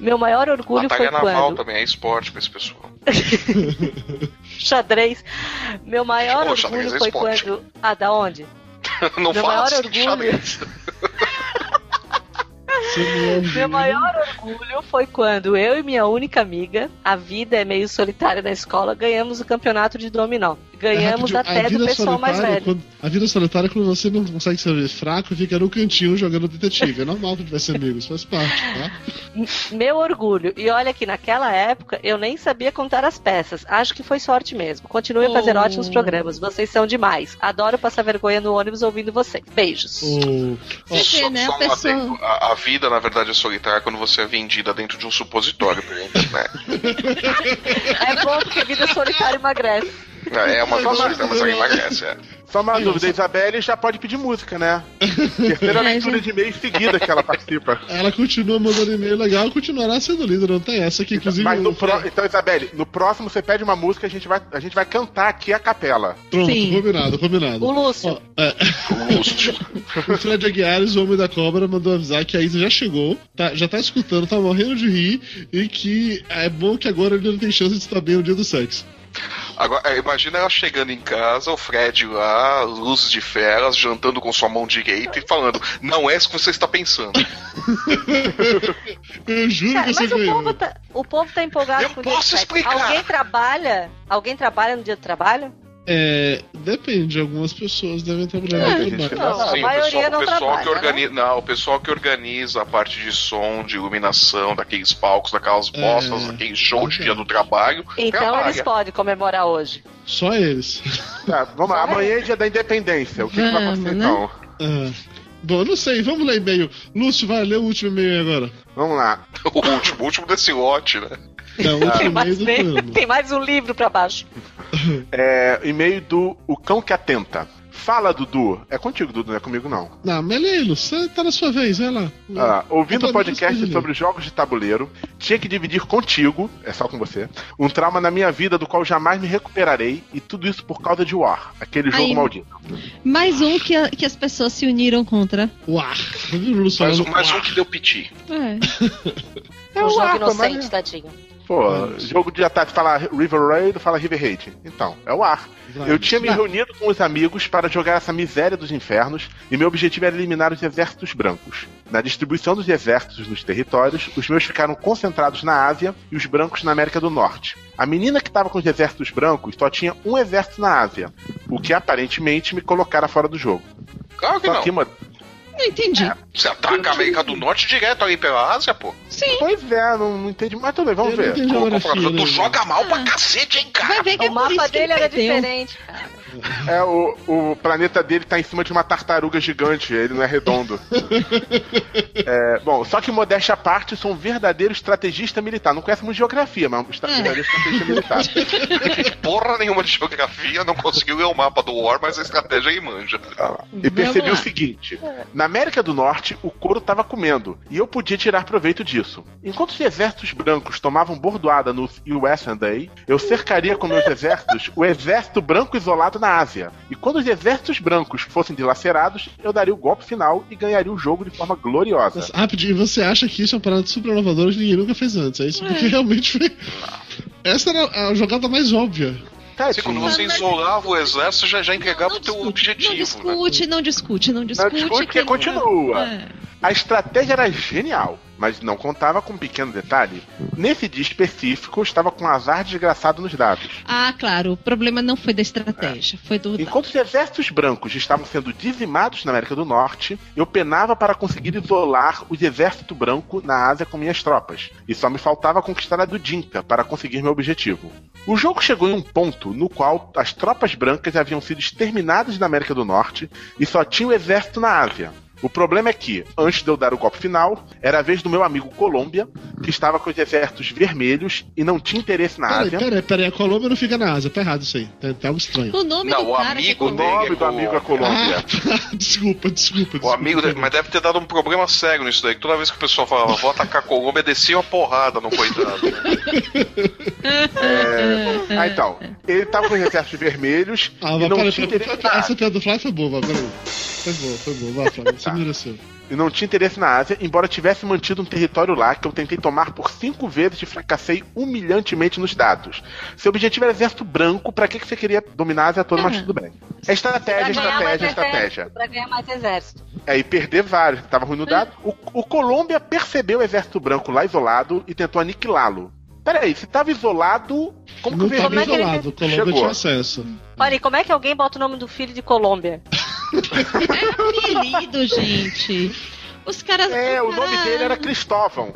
S5: Meu maior orgulho
S4: Batalha
S5: foi
S4: naval
S5: quando.
S4: também é esporte pra esse pessoal.
S5: xadrez. Meu maior
S4: Pô,
S5: orgulho
S4: xadrez é
S5: foi
S4: esporte.
S5: quando. Ah, da onde?
S4: Não
S5: Meu
S4: fala
S5: maior
S4: assim,
S5: orgulho.
S4: xadrez.
S2: é
S5: Meu maior orgulho foi quando eu e minha única amiga, a vida é meio solitária na escola, ganhamos o campeonato de dominó. Ganhamos
S2: É rapidinho,
S5: até do pessoal mais
S2: solitária é
S5: velho.
S2: Quando, a vida solitária é quando você não consegue ser fraco e fica no cantinho jogando detetive. É normal que tivesse amigos, faz parte, tá?
S5: Meu orgulho. E olha que naquela época eu nem sabia contar as peças. Acho que foi sorte mesmo. Continuem a fazer
S3: Oh.
S5: ótimos programas. Vocês são demais. Adoro passar vergonha no ônibus ouvindo vocês. Beijos.
S2: Ou
S3: Você vê,
S4: Só-
S3: né?
S4: só
S3: A
S4: um
S3: pessoa.
S4: adendo. A- a vida, na verdade, é solitária quando você é vendida dentro de um supositório né? pela internet.
S5: É bom porque vida solitária emagrece.
S4: É uma vida
S9: Mas-
S4: solitária, mas ela emagrece. É.
S9: Só uma dúvida, a Isabelle já pode pedir música, né? Terceira
S3: É,
S9: leitura
S3: gente.
S9: de e-mail seguida que ela participa.
S2: ela continua mandando e-mail legal, continuará sendo líder, não tem essa que inclusive.
S9: Mas no
S2: o-
S9: pro... Então, Isabelle, no próximo você pede uma música, a gente vai, a gente vai cantar aqui a capela.
S2: Pronto,
S3: Sim.
S2: combinado, combinado.
S5: O Lúcio.
S2: Ó, é, o Fred Aguiar, o homem da cobra, mandou avisar que a Isa já chegou, tá- já tá escutando, tá morrendo de rir e que é bom que agora ele não tem chance de estar bem no dia do sexo.
S4: Agora, é, imagina ela chegando em casa, o Fred lá, luzes de feras, jantando com sua mão direita e falando: Não é isso que você está pensando.
S2: Eu é. juro
S5: Cara,
S2: que você
S5: mas o
S2: ganhou.
S5: povo, tá, o povo tá empolgado
S4: Eu
S5: com o
S4: posso
S5: dia de sexo.
S4: explicar.
S5: Alguém trabalha? Alguém trabalha no dia do trabalho?
S2: É, depende, algumas pessoas devem trabalhar.
S9: É,
S2: no
S9: gente,
S2: trabalho.
S5: não. a
S4: Sim, o
S5: maioria
S4: pessoal,
S5: não
S4: o pessoal
S5: trabalha, né?
S4: que organiza, não, o pessoal que organiza a parte de som, de iluminação, daqueles palcos, daquelas
S2: É.
S4: bostas,
S9: Hum,
S4: daquele show de dia do trabalho,
S5: Então
S4: trabalha.
S5: eles podem comemorar hoje.
S2: Só eles.
S9: Tá, vamos lá. Amanhã é dia da independência. O que, que vai
S3: Vamos,
S9: acontecer
S3: né?
S9: então?
S2: Ah, Bom, não sei, vamos ler e-mail. Lúcio, vai ler o último e-mail agora.
S9: Vamos lá.
S4: O último, o último desse lote, né?
S2: Não, É, o
S5: Tem
S2: último e-mail
S5: mais,
S2: do
S5: bem-
S2: programa.
S5: tem mais um livro pra baixo.
S9: É, e-mail do O Cão que Atenta. Fala, Dudu. É contigo, Dudu, não é comigo não.
S2: Não, mas lê, Lúcio, você tá na sua vez, vai lá.
S9: Ah, ouvindo
S2: Então,
S9: o podcast
S2: deixa eu
S9: sobre jogos de tabuleiro, tinha que dividir contigo, é só com você, um trauma na minha vida do qual jamais me recuperarei, e tudo isso por causa de War, aquele jogo
S3: Aí.
S9: maldito.
S3: Mais um que, a- que as pessoas se uniram contra.
S2: O ar. Tá vendo o Lúcio
S4: Mais, um-
S2: falando?
S4: mais
S2: Uá.
S4: um que deu piti.
S3: É.
S5: É um jogo
S9: arco,
S5: inocente,
S9: mas-
S5: tadinho.
S9: Pô,
S2: Vamos.
S9: jogo de ataque fala River Raid, fala River Raid. Então, é o ar.
S2: Vai,
S9: Eu
S2: Lúcio.
S9: tinha me
S2: Vai.
S9: reunido com os amigos para jogar essa miséria dos infernos, e meu objetivo era eliminar os exércitos brancos. Na distribuição dos exércitos nos territórios, os meus ficaram concentrados na Ásia e os brancos na América do Norte. A menina que estava com os exércitos brancos só tinha um exército na Ásia, o que aparentemente me colocara fora do jogo.
S4: Claro que
S9: Só
S4: não.
S9: que, mano,
S3: Não entendi.
S5: É.
S4: Você ataca a América do Norte direto ali pela Ásia, pô.
S3: Sim.
S9: pois é, não, não entendi, mas tudo bem, vamos
S2: Eu não
S9: ver.
S2: entendi
S4: Pô,
S2: geografia,
S4: comprador,
S2: né,
S4: tu
S2: gente?
S4: joga mal pra
S5: Hum.
S3: Ah.
S4: cacete, hein,
S3: Vai
S4: cara?
S3: ver que é
S5: O
S3: por isso que
S5: mapa
S3: um-
S5: dele era
S3: perdeu. né?
S5: diferente.
S9: É, o, o planeta dele tá em cima de uma tartaruga gigante, ele não é redondo. É, bom, só que modéstia à parte, sou um verdadeiro estrategista militar. Não conheço muito geografia, mas um estra-
S3: É.
S9: verdadeiro estrategista militar.
S5: é
S4: Porra nenhuma de geografia, não conseguiu ler o mapa do War, mas a estratégia aí manja.
S9: E percebi o
S3: Vamos lá.
S9: seguinte: na América do Norte, o couro tava comendo, e eu podia tirar proveito disso. Enquanto os exércitos brancos tomavam bordoada no USA, eu cercaria com meus exércitos o exército branco isolado na Ásia. E quando os exércitos brancos fossem dilacerados, eu daria o golpe final e ganharia o jogo de forma gloriosa.
S2: Nossa, Rapidinho, você acha que isso é uma parada super inovadora que ninguém nunca fez antes? É isso porque realmente foi. Essa era a jogada mais óbvia.
S4: Se
S9: Tadinho.
S4: Assim, quando
S3: assim?
S4: você isolava o exército, já, já entregava o teu
S3: discute, Não
S4: objetivo, né?
S3: discute, não discute, não discute.
S9: Não discute que continua.
S3: É.
S9: A estratégia era genial, mas não contava com um pequeno detalhe. Nesse dia específico, eu estava com um azar desgraçado nos dados.
S3: Ah, claro, o problema não foi da estratégia, foi do.
S9: Enquanto os exércitos brancos estavam sendo dizimados na América do Norte, eu penava para conseguir isolar os exército branco na Ásia com minhas tropas, e só me faltava conquistar a do Dinka para conseguir meu objetivo. O jogo chegou em um ponto no qual as tropas brancas haviam sido exterminadas na América do Norte e só tinha o exército na Ásia. O problema é que, antes de eu dar o golpe final, era a vez do meu amigo Colômbia, que estava com os exércitos vermelhos e não tinha interesse na
S2: Peraí,
S9: Ásia.
S2: peraí, peraí, a Colômbia não fica na asa, tá errado isso aí. Tá, tá algo estranho.
S3: O nome
S4: Não,
S3: do
S4: o
S3: cara que
S4: amigo
S9: O
S3: comprou.
S9: nome do amigo é Colômbia.
S2: Ah, tá. Desculpa, desculpa.
S4: O
S2: desculpa.
S4: amigo, dele- mas deve ter dado um problema sério nisso daí. que Toda vez que o pessoal falava, vou atacar a Colômbia, descia uma porrada no coitado. né?
S9: É... Ah, então. Ele tava com os exércitos vermelhos
S2: Ah,
S9: e
S2: mas
S9: não
S2: peraí,
S9: tinha
S2: peraí,
S9: interesse
S2: peraí,
S9: na
S2: essa piada do Flávio foi boa, vai, peraí. Foi boa, foi boa, vai, Flávio. Isso me mereceu.
S9: e não tinha interesse na Ásia, embora tivesse mantido um território lá que eu tentei tomar por cinco vezes e fracassei humilhantemente nos dados. Seu objetivo era exército branco, pra que, que você queria dominar a Ásia toda,
S5: Ah.
S9: mas
S3: Uhum.
S9: tudo bem. É estratégia, estratégia, estratégia.
S5: exército, pra ganhar mais exército.
S9: É, e perder vários, tava ruim
S5: Hum.
S9: no dado. O, o Colômbia percebeu o exército branco lá isolado e tentou aniquilá-lo. Peraí, se tava isolado, como
S2: Não tá
S9: que o
S2: tava
S5: Como é que ele-
S2: isolado, o Colômbia
S9: Chegou.
S2: tinha acesso.
S5: Olha, e como é que alguém bota o nome do filho de Colômbia?
S3: é, Apelido, gente. Os caras. ah,
S9: É, o nome
S3: cara-
S9: dele
S5: Ah.
S9: era Cristóvão.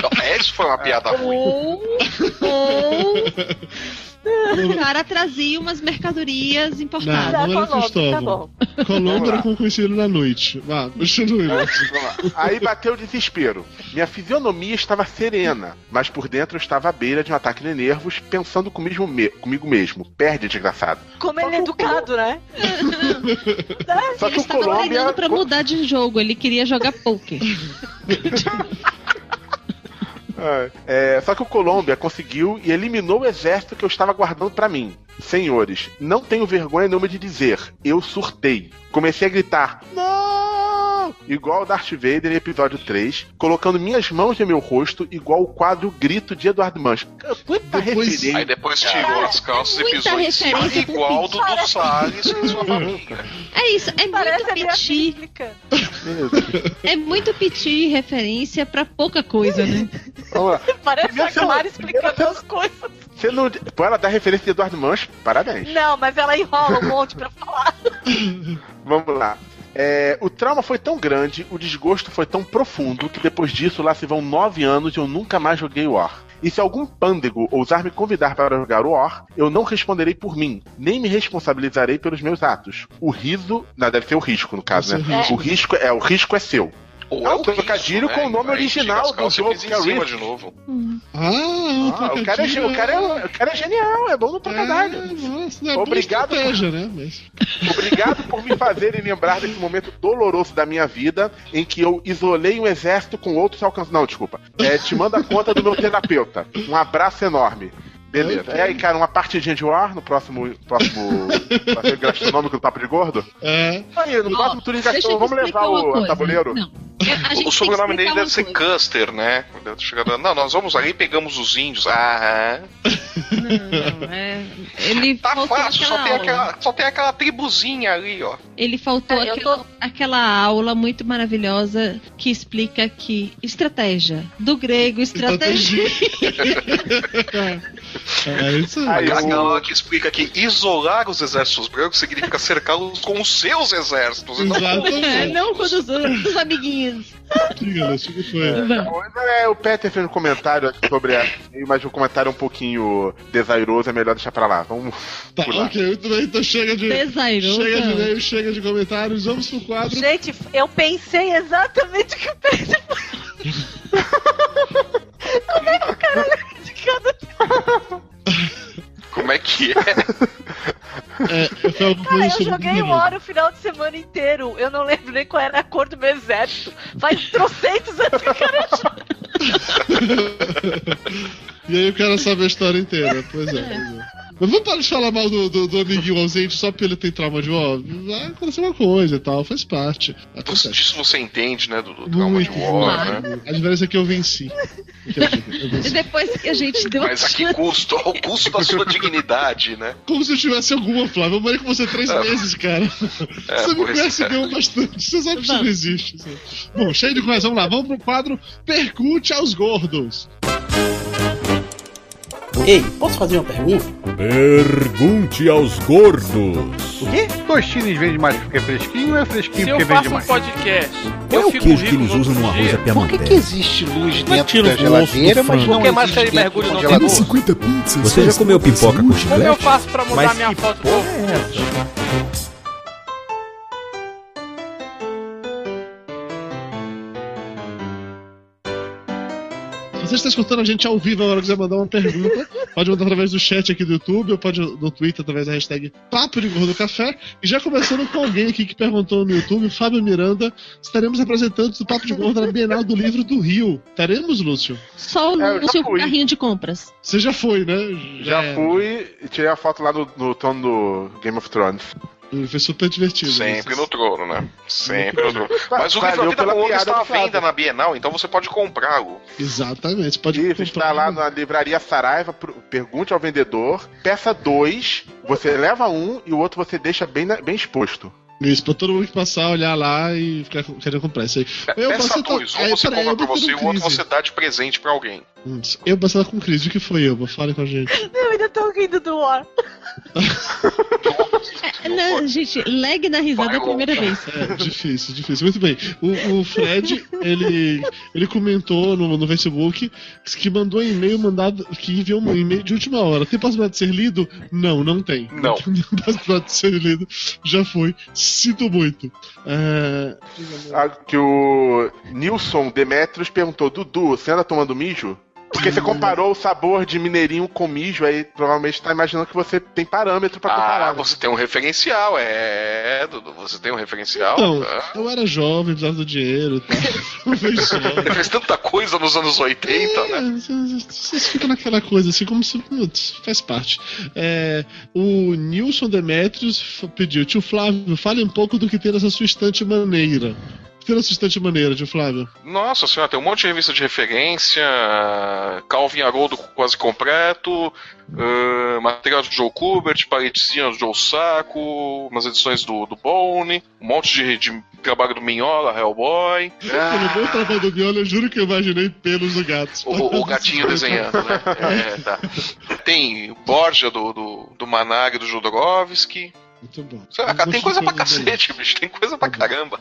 S4: Não, essa foi uma piada ruim.
S3: Ou. Ou. O cara trazia umas mercadorias importadas.
S2: Ah, Não,
S5: Da
S2: era
S5: Colômbia, tá
S2: Cristóvão.
S5: bom.
S2: Colômbia era
S9: lá.
S2: conhecido na noite. Vá, continue.
S9: Vamos lá. Aí bateu o desespero. Minha fisionomia estava serena, mas por dentro eu estava à beira de um ataque de nervos, pensando comigo, me- comigo mesmo. Perde, desgraçado.
S5: Como ele é educado, né?
S9: Só que
S3: Ah, ele
S9: o
S3: estava
S9: Colômbia.
S3: treinando pra mudar de jogo, ele queria jogar poker.
S9: É, só que o Colômbia conseguiu e eliminou o exército que eu estava guardando pra mim. Senhores, não tenho vergonha nenhuma de dizer, eu surtei. Comecei a gritar, não! Igual o Darth Vader em episódio 3, colocando minhas mãos no meu rosto, igual o quadro Grito de Eduardo Mancha. Quanta
S2: Depois-
S9: referência.
S4: Aí depois tirou as calças e
S3: muita
S4: pisou em cima,
S3: referência com
S4: igual do,
S5: pizza.
S4: do Salles e sua família.
S3: É isso, é
S5: Parece
S3: muito
S5: ali a filha
S3: piti.
S5: explicando.
S3: É muito piti referência pra pouca coisa, né?
S9: Vamos lá.
S5: Parece a
S9: Meu Deus.
S5: Clara explicando as coisas.
S9: Você não. Pô, ela dá referência de Eduardo Mancha, parabéns.
S5: Não, mas ela enrola um monte pra falar.
S9: Vamos lá. É, o trauma foi tão grande, o desgosto foi tão profundo, que depois disso lá se vão nove anos e eu nunca mais joguei War. E se algum pândego ousar me convidar para jogar o War, eu não responderei por mim, nem me responsabilizarei pelos meus atos. O riso. Não, deve ser o risco, no caso, né?
S2: Esse
S9: O risco é, o risco é seu.
S4: Ou
S9: É um
S4: o Cristo,
S9: trocadilho com o nome
S4: Aí
S9: original
S4: tira as
S9: do
S4: calças e
S9: jogo,
S4: pisa
S9: que é
S4: em cima
S9: Risk.
S4: de novo.
S2: Ah,
S9: Ah, o, cara é, ge- o cara é- o cara é genial, é bom
S2: Hum,
S9: no trocadilho. Obrigado
S2: Obrigado. é Estratégia, né? Mas...
S9: Obrigado por me fazerem lembrar desse momento doloroso da minha vida em que eu isolei um exército com outros alcançados. Não, desculpa. É, te manda a conta do meu terapeuta. Um abraço enorme. Beleza. E aí, cara, uma partidinha de war no próximo. próximo passeio gastronômico do Papo de Gordo?
S2: É,
S9: Aí, no
S3: Ó,
S9: próximo turno de
S3: Deixa eu te
S9: gastronômico, Então, vamos levar
S3: explicar uma
S9: o
S3: coisa.
S9: tabuleiro?
S3: Não. A gente tem
S4: O
S3: que
S4: sobrenome dele
S3: explicar
S4: deve
S3: uma
S4: ser
S3: coisa.
S4: Custer, né? Deve ter chegado- Não, nós vamos ali, pegamos os índios. Aham.
S3: Não, não, é- Ele
S4: Tá
S3: faltou
S4: fácil,
S3: aquela
S4: só tem
S3: aula.
S4: aquela, É, só tem aquela tribuzinha ali, ó.
S3: Ele faltou
S5: Eu
S3: aquela, aquela aula muito maravilhosa que explica que estratégia, do
S2: Então,
S3: grego estratégia.
S2: é isso aí.
S9: Aí,
S4: Aquela
S9: o-
S4: galera que explica que isolar os exércitos brancos significa cercá-los com os seus exércitos. e não com os
S2: Exatamente.
S3: Não com os outros, dos amiguinhos.
S2: Diga, Lúcio, o que foi?
S9: Pois É, o Peter fez um comentário aqui sobre a. Mas um comentário um pouquinho desairoso, é melhor deixar pra lá. Vamos.
S2: Tá,
S9: Fui lá.
S2: ok, muito bem, então chega de.
S3: Desairoso.
S2: Chega de e-mail, chega de comentários, vamos pro quadro.
S5: Gente, eu pensei exatamente o que eu pensei. Como é que o cara lembra de cada
S4: Como é que é?
S2: É, foi alguma
S5: Cara,
S2: coisa
S5: eu
S2: sobre
S5: joguei o
S2: Pokémon.
S5: War o final de semana inteiro. Eu não lembro nem qual era a cor do meu exército. Faz trocentos anos que eu quero
S2: E aí eu quero saber a história inteira. Pois é. Pois é. Mas vamos parar de falar mal do, do, do amiguinho ausente só porque ele tem trauma de ó. Vai acontecer uma coisa e tal, faz parte.
S4: Você-
S2: Acontece.
S4: Disso você entende, né? Do, do trauma de
S2: Muito,
S4: War, né?
S2: muito. A diferença é que eu venci. Entendi, eu
S3: E
S2: venci.
S3: depois que a gente deu
S4: Mas a que custo? Ao custo da sua dignidade, né?
S2: Como se eu tivesse alguma, Flávio. Eu morei com você três
S4: É.
S2: meses, cara.
S4: É,
S2: você me
S4: pois
S2: conhece
S4: é.
S2: bem bastante. Você sabe que isso não existe. sabe? Bom, cheio de coisa. Vamos lá. Vamos pro quadro Percute aos Gordos.
S10: Ei, posso fazer uma pergunta?
S1: Pergunte aos gordos.
S7: Tostines vende mais porque é fresquinho ou é fresquinho
S11: Se eu faço um podcast,
S10: Qual é
S11: eu
S10: o
S11: fico
S10: queijo que
S11: rico
S1: eles
S11: no
S1: usam
S11: outro
S1: no arroz
S11: dia.
S1: à
S7: Por que, que
S1: piamonte?
S7: existe luz
S10: Mas
S7: dentro
S10: tira
S7: da
S10: os ossos do
S7: geladeira, mas
S10: frango.
S7: não
S11: Por que mais
S7: existe
S11: que ele
S7: dentro do
S11: mergulha no
S7: congelador?
S11: outro
S1: Você já comeu pipoca com
S11: Como eu
S1: chiclete?
S11: faço pra mudar
S1: Mas
S11: minha
S1: que
S11: foto?
S1: porra é essa?
S2: Se você está escutando a gente ao vivo agora, quiser mandar uma pergunta, pode mandar através do chat aqui do YouTube ou pode no Twitter através da hashtag Papo de Gordo Café. E já começando com alguém aqui que perguntou no YouTube, Fábio Miranda, estaremos apresentando o Papo de Gordo na Bienal do Livro do Rio. Estaremos, Lúcio?
S3: só o
S9: É, eu já
S3: Lúcio
S9: fui.
S3: carrinho de compras.
S2: Você já foi, né?
S9: Já
S2: É.
S9: fui e tirei a foto lá no, no trono do Game of Thrones.
S2: Ele foi super divertido.
S4: Sempre
S2: Vocês-
S4: no trono, né? Sempre no trono.
S9: Va-
S4: Mas o livro A
S9: valeu
S4: Vida
S9: pela
S4: com Ouro
S9: piada
S4: está à
S9: do Fábio.
S4: venda na Bienal, então você pode comprá-lo.
S2: Exatamente, pode
S9: Isso, está lá na livraria Saraiva, pro- pergunte ao vendedor, peça dois, você leva um e o outro você deixa bem, na- bem exposto.
S2: Isso, pra todo mundo que passar, olhar lá e ficar com- querendo comprar isso aí. Eu
S4: Peça
S2: posso tá-
S4: dois. Um
S2: é,
S4: você
S2: peraí,
S4: compra
S2: eu
S4: pra
S2: tô
S4: você
S2: tendo
S4: e o outro
S2: crise.
S4: você dá de presente pra alguém.
S2: Isso. Eu passava com crise. O que foi, Elba? Fale com a gente.
S5: Eu ainda tô rindo do War.
S3: É, não, gente, lag na risada é a primeira vez.
S2: É, difícil, difícil. Muito bem. O, o Fred, ele, ele comentou no, no Facebook que mandou um e-mail mandado, que enviou um e-mail de última hora. Tem possibilidade de ser lido? Não, não tem. Não
S4: Não.
S2: tem possibilidade de ser lido. Já foi. Sinto muito. É,
S9: Ah, Que o Nilson Demetrios perguntou: Dudu, você anda tomando mijo? Porque
S2: Hum.
S9: você comparou o sabor de mineirinho com mijo, aí provavelmente tá imaginando que você tem parâmetro pra
S4: Ah,
S9: comparar. né?
S4: você tem um referencial, é, Dudu. Você tem um referencial.
S2: Então,
S4: Ah.
S2: eu era jovem, precisava do dinheiro e tal. Talvez só.
S4: Ele fez tanta coisa nos anos 80, né?
S2: É, vocês- Vocês ficam naquela coisa assim, como se. putz, Faz parte. É, o Nilson Demetrios f- pediu: Tio Flávio, fale um pouco do que tem nessa sua estante maneira. O que tem nessa sua estante maneira, tio Flávio?
S4: Nossa senhora, tem um monte de revista de referência, Calvin Haroldo quase completo, ah, material do Joe Kubert, pareticinha do Joe Saco, umas edições do, do Bone, um monte de, de trabalho do Minhola, Hellboy, Ah.
S2: Pelo bom trabalho do Miola, eu juro que eu imaginei pelos do gato.
S4: o, o gatinho desenhando, né? É, tá. Tem Borja do, do, do Manag, do Jodorowsky.
S2: Muito bom.
S4: Sei lá, cara, tem coisa pra
S2: cacete.
S4: cacete, bicho, tem coisa pra caramba.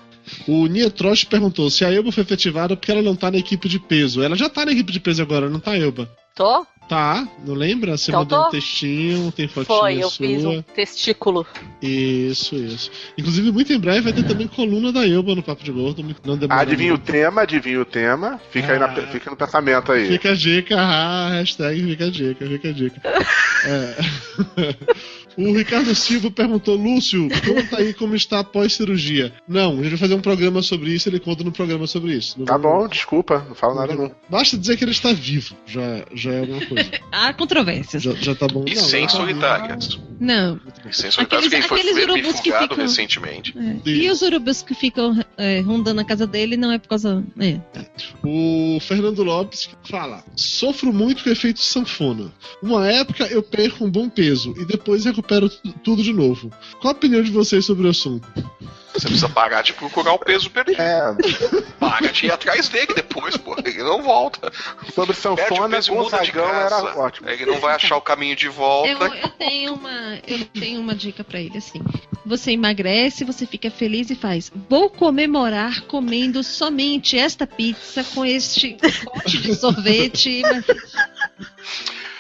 S2: O Nietrosh perguntou se a Elba foi efetivada porque ela não tá na equipe de peso. Ela já tá na equipe de peso agora, não tá, Elba?
S5: Tô?
S2: Tá, não lembra? Você
S5: Então
S2: mandou
S5: tô.
S2: um textinho, tem fotinha
S5: Foi, eu
S2: sua.
S5: fiz um testículo.
S2: Isso, isso. Inclusive, muito em breve vai ter também coluna da Elba no Papo de Gordo. muito-
S4: tá
S2: Não demora
S9: Adivinha o
S2: muito.
S9: tema, adivinha o tema. Fica aí na,
S2: Ah.
S9: fica no pensamento aí.
S2: Fica a dica, ah, hashtag fica a dica, fica a dica. É. o Ricardo Silva perguntou, Lúcio, conta aí como está após cirurgia. Não, a gente vai fazer um programa sobre isso, ele conta no programa sobre isso. Não
S9: Tá
S2: vou-
S9: bom, desculpa, não falo nada não.
S2: Basta dizer que ele está vivo, já, já é alguma coisa.
S3: Há controvérsias.
S2: Já, já tá bom.
S4: E
S2: Não,
S4: sem
S2: ele tá vivo.
S4: solitárias.
S3: Não.
S4: E sem solitárias,
S3: Aqueles-
S4: quem foi
S3: aqueles urubus que
S4: bifurcado
S3: ficam-
S4: recentemente.
S3: é. E os urubus que ficam é, rondando a casa dele não é por causa. É.
S2: O Fernando Lopes fala: Sofro muito com efeito sanfona. Uma época eu perco um bom peso e depois recupero tu- tudo de novo. Qual a opinião de vocês sobre o assunto?
S4: Você precisa parar de procurar o peso perdido.
S9: É,
S4: Para de ir atrás dele depois, pô. Ele não volta.
S9: sobre
S4: Perde o
S9: sanfona,
S4: peso e muda de
S9: Gonzagão
S4: casa.
S9: era ótimo.
S4: Ele não vai achar o caminho de volta.
S3: Eu, eu tenho uma, eu tenho uma dica pra ele assim. Você emagrece, você fica feliz e faz. Vou comemorar comendo somente esta pizza com este pote de sorvete. Mas...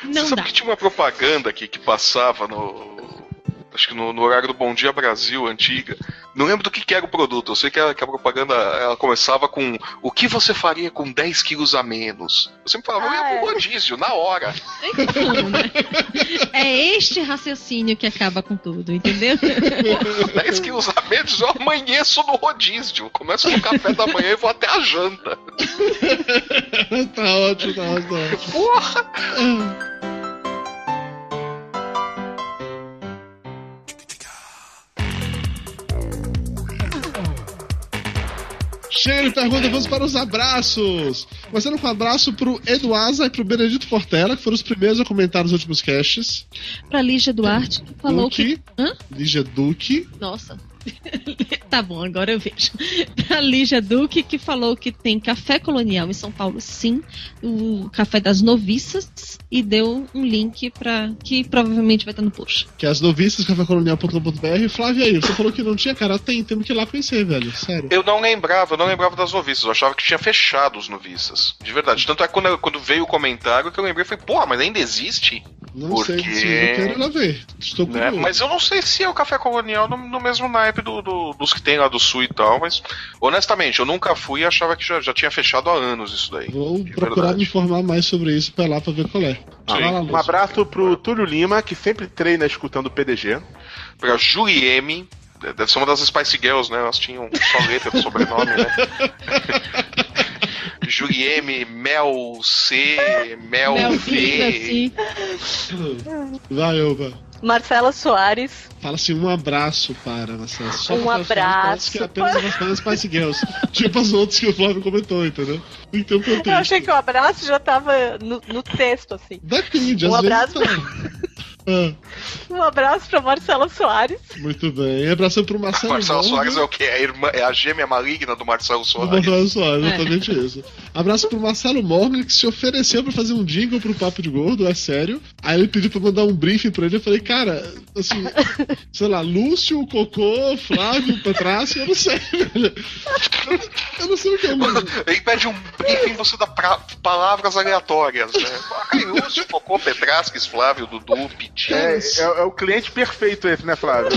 S3: Não
S4: Sabe
S3: dá.
S4: que tinha uma propaganda aqui que passava no. Acho que no, no horário do Bom Dia Brasil, antiga. Não lembro do que, que era o produto. Eu sei que a, que a propaganda ela começava com o que você faria com 10 quilos a menos. Eu sempre falava,
S5: Ah,
S4: eu ia
S5: é.
S4: pro rodízio, na hora.
S3: Então, né? É este raciocínio que acaba com tudo, entendeu?
S4: 10 quilos a menos, eu amanheço no rodízio. Eu Começo no café da manhã e vou até a janta.
S2: tá ótimo, tá ótimo. Tá ótimo. Ah.
S4: Porra!
S2: Chega de pergunta, vamos para os abraços. Começando com um abraço pro Eduasa e pro Benedito Portela, que foram os primeiros a comentar nos últimos casts.
S3: Pra Lígia Duarte, que falou que
S2: Duque,
S3: Hã?
S2: Lígia Duque.
S3: Nossa. tá bom, agora eu vejo. A Lígia Duque, que falou que tem café colonial em São Paulo, sim, o café das noviças, e deu um link para que provavelmente vai estar no post.
S2: Que é as noviças, cafécolonial.com.br. E Flávia aí, você falou que não tinha cara, tem, temos que ir lá conhecer, velho. Sério.
S4: Eu não lembrava, eu não lembrava das noviças. Eu achava que tinha fechado os noviças. De verdade. Tanto é que quando, quando veio o comentário que eu lembrei, eu falei, porra, mas ainda existe?
S2: Não
S4: Por
S2: sei,
S4: quê?
S2: preciso, eu quero ir lá ver. Estou
S4: né?
S2: curioso.
S4: Mas eu não sei se é o café colonial no, no mesmo naipe do- do- dos que tem lá do sul e tal, mas honestamente, eu nunca fui e achava que já, já tinha fechado há anos isso daí.
S2: Vou
S4: De
S2: procurar
S4: É verdade.
S2: me informar mais sobre isso pra lá pra ver qual é.
S4: Sim.
S2: Vai lá,
S9: Um
S2: Lúcio.
S9: abraço pro Túlio Lima, que sempre treina escutando o PDG.
S4: Pra Julieme, deve ser uma das Spice Girls, né? Elas tinham só letra do sobrenome, né? Julieme, Mel C, Mel
S3: Mel
S4: V.
S3: É assim.
S2: Vai, Elba.
S5: Marcela Soares.
S2: Fala assim, um abraço para Marcela. Só
S5: Um
S2: pra Marcela Soares,
S5: abraço.
S2: que é apenas umas coisas Spice Girls. tipo as outras que o Flávio comentou, entendeu? Então, contexto.
S5: Eu achei que o abraço já tava no, no texto, assim.
S2: Depende,
S5: Um
S2: às
S5: abraço,
S2: vezes. tá.
S5: um abraço pra Marcela Soares.
S2: Ah, muito bem. E abraço pro Marcelo.
S4: Marcelo
S2: Borges.
S4: Soares é o quê? É a, irmã, é a gêmea maligna do Marcelo
S2: Do
S4: Soares.
S2: Marcelo Soares, é exatamente isso. Abraço pro Marcelo Morgan, que se ofereceu pra fazer um jingle pro Papo de Gordo, é sério. Aí ele pediu pra eu mandar um briefing pra ele. Eu falei, cara, assim, sei lá, Lúcio, Cocô, Flávio, Petrácio, eu não sei. velho. Eu não sei o que é, mano.
S4: Ele pede um briefing, você dá pra- palavras aleatórias, né? Ai, Lúcio, Focô, Petrasques, Flávio, Dudu, Pitinho.
S9: É,
S4: É,
S9: é, é o cliente perfeito esse, né, Flávio?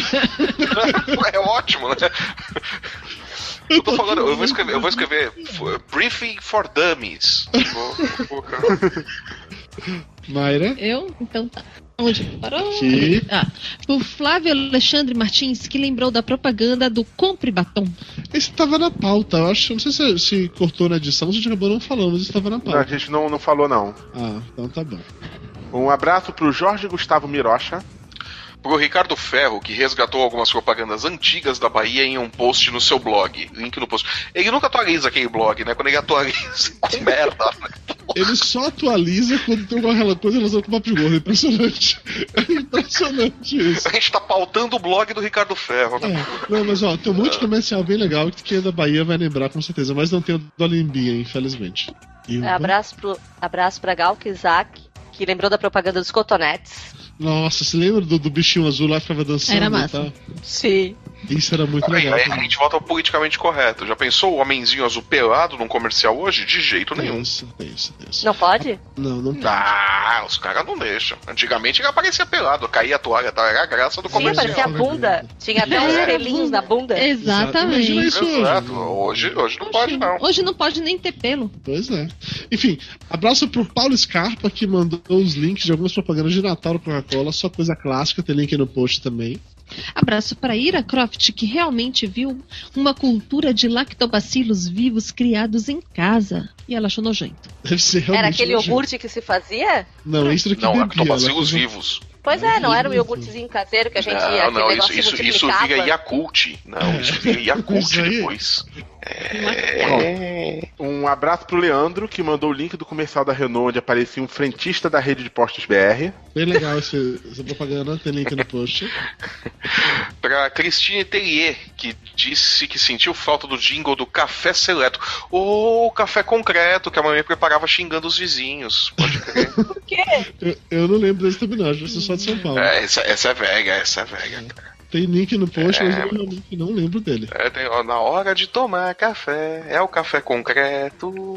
S4: ótimo, né? Eu tô falando, eu vou escrever, eu vou escrever f- Briefing for Dummies. Vou- vou colocar.
S2: Mayra?
S3: Eu? Então tá. Onde parou?
S2: Aqui.
S3: Ah, o Flávio Alexandre Martins, que lembrou da propaganda do Compre Batom.
S2: Esse tava na pauta, eu acho. Não sei se, se cortou na edição, se a gente acabou não falando, mas isso tava na
S9: Não, a
S2: pauta.
S9: gente não, não falou, não.
S2: Ah, então tá bom.
S9: Um abraço pro Jorge Gustavo Mirocha.
S4: Pro Ricardo Ferro, que resgatou algumas propagandas antigas da Bahia em um post no seu blog. Link no post. Ele nunca atualiza aquele blog, né? Quando ele atualiza, com merda. né?
S2: Ele só atualiza quando tem alguma rela- coisa relacionada com o Papo de Gordo. É impressionante. É impressionante isso.
S4: A gente tá pautando o blog do Ricardo Ferro, né?
S2: É, não, mas ó, tem um monte de comercial bem legal que quem é da Bahia vai lembrar com certeza, mas não tem o do Alimbinha, infelizmente. E o-
S5: É, Abraço, pro, abraço pra Gal Kizak, que lembrou da propaganda dos cotonetes.
S2: Nossa, você lembra do, do bichinho azul lá que ficava dançando?
S3: Era
S2: e
S3: massa.
S2: tal?
S5: Sim.
S2: Isso era muito
S4: Aí,
S2: legal.
S4: aí a
S2: também.
S4: gente volta ao politicamente correto. Já pensou o homenzinho azul pelado num comercial hoje? De jeito nenhum.
S2: Isso, isso, isso.
S5: Não pode?
S2: Não, não tá.
S4: Ah, os caras não deixam. Antigamente ele aparecia pelado, caía a toalha, tá? era a graça do
S5: Sim,
S2: Comercial,
S4: comercial.
S5: parecia a
S2: né,
S5: bunda. Tinha até uns
S3: É,
S5: pelinhos na bunda.
S2: Imagina
S3: Exatamente.
S2: isso hoje.
S4: Exato. Hoje, hoje não pode, não.
S3: Hoje não pode nem ter pelo.
S2: Pois é. Enfim, abraço pro Paulo Scarpa que mandou os links de algumas propagandas de Natal do Coca-Cola, só coisa clássica, tem link aí no post também.
S3: Abraço para Ira Croft, que realmente viu uma cultura de lactobacilos vivos criados em casa. E ela achou nojento.
S2: Deve ser realmente.
S5: Era aquele
S2: nojento.
S5: iogurte que se fazia?
S2: Não, extra que
S4: Não,
S2: bebia. né?
S4: lactobacilos
S2: ela-
S4: vivos.
S5: Pois é, não era um iogurtezinho caseiro que a gente
S4: Não,
S5: aquele
S4: Ah, não, isso,
S5: negócio
S4: isso,
S5: que
S4: isso
S5: multiplicava.
S4: vira Yakult. Não, isso vira Yakult
S2: Isso aí.
S4: depois.
S9: Um abraço pro Leandro, que mandou o link do comercial da Renault, onde aparecia um frentista da rede de postos BR.
S2: Bem legal esse- essa propaganda, tem link no post.
S4: Pra Christine Terrier, que disse que sentiu falta do jingle do café seleto. Ou café concreto, que a mamãe preparava xingando os vizinhos. Pode crer.
S2: Eu, eu não lembro desse também, não. Acho que eu sou só de São Paulo.
S4: é, essa, essa é velha, essa é velha.
S2: Tem link no post, mas
S4: É,
S2: eu realmente não lembro dele.
S4: É, tem, ó, na hora de tomar café, é o café concreto.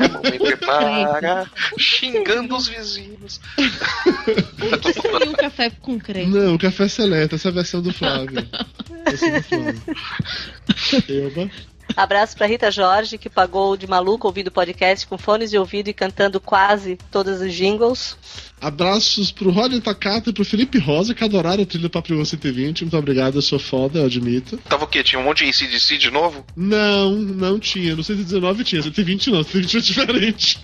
S4: A mamãe prepara, xingando os vizinhos.
S3: Onde saiu o um café com creme?
S2: Não, o Café Seleto, essa é a versão do Flávio. Essa é do Flávio. Eba.
S5: Abraço pra Rita Jorge, que pagou de maluco ouvindo o podcast com fones de ouvido e cantando quase todas os jingles.
S2: Abraços pro Rodney Takata e pro Felipe Rosa, que adoraram o trilho do Papo 120. Muito obrigado, eu sou foda, eu admito.
S4: Tava o quê? Tinha um monte de ACDC de novo?
S2: Não, não tinha. No 119 tinha, 120 não, 120 é diferente.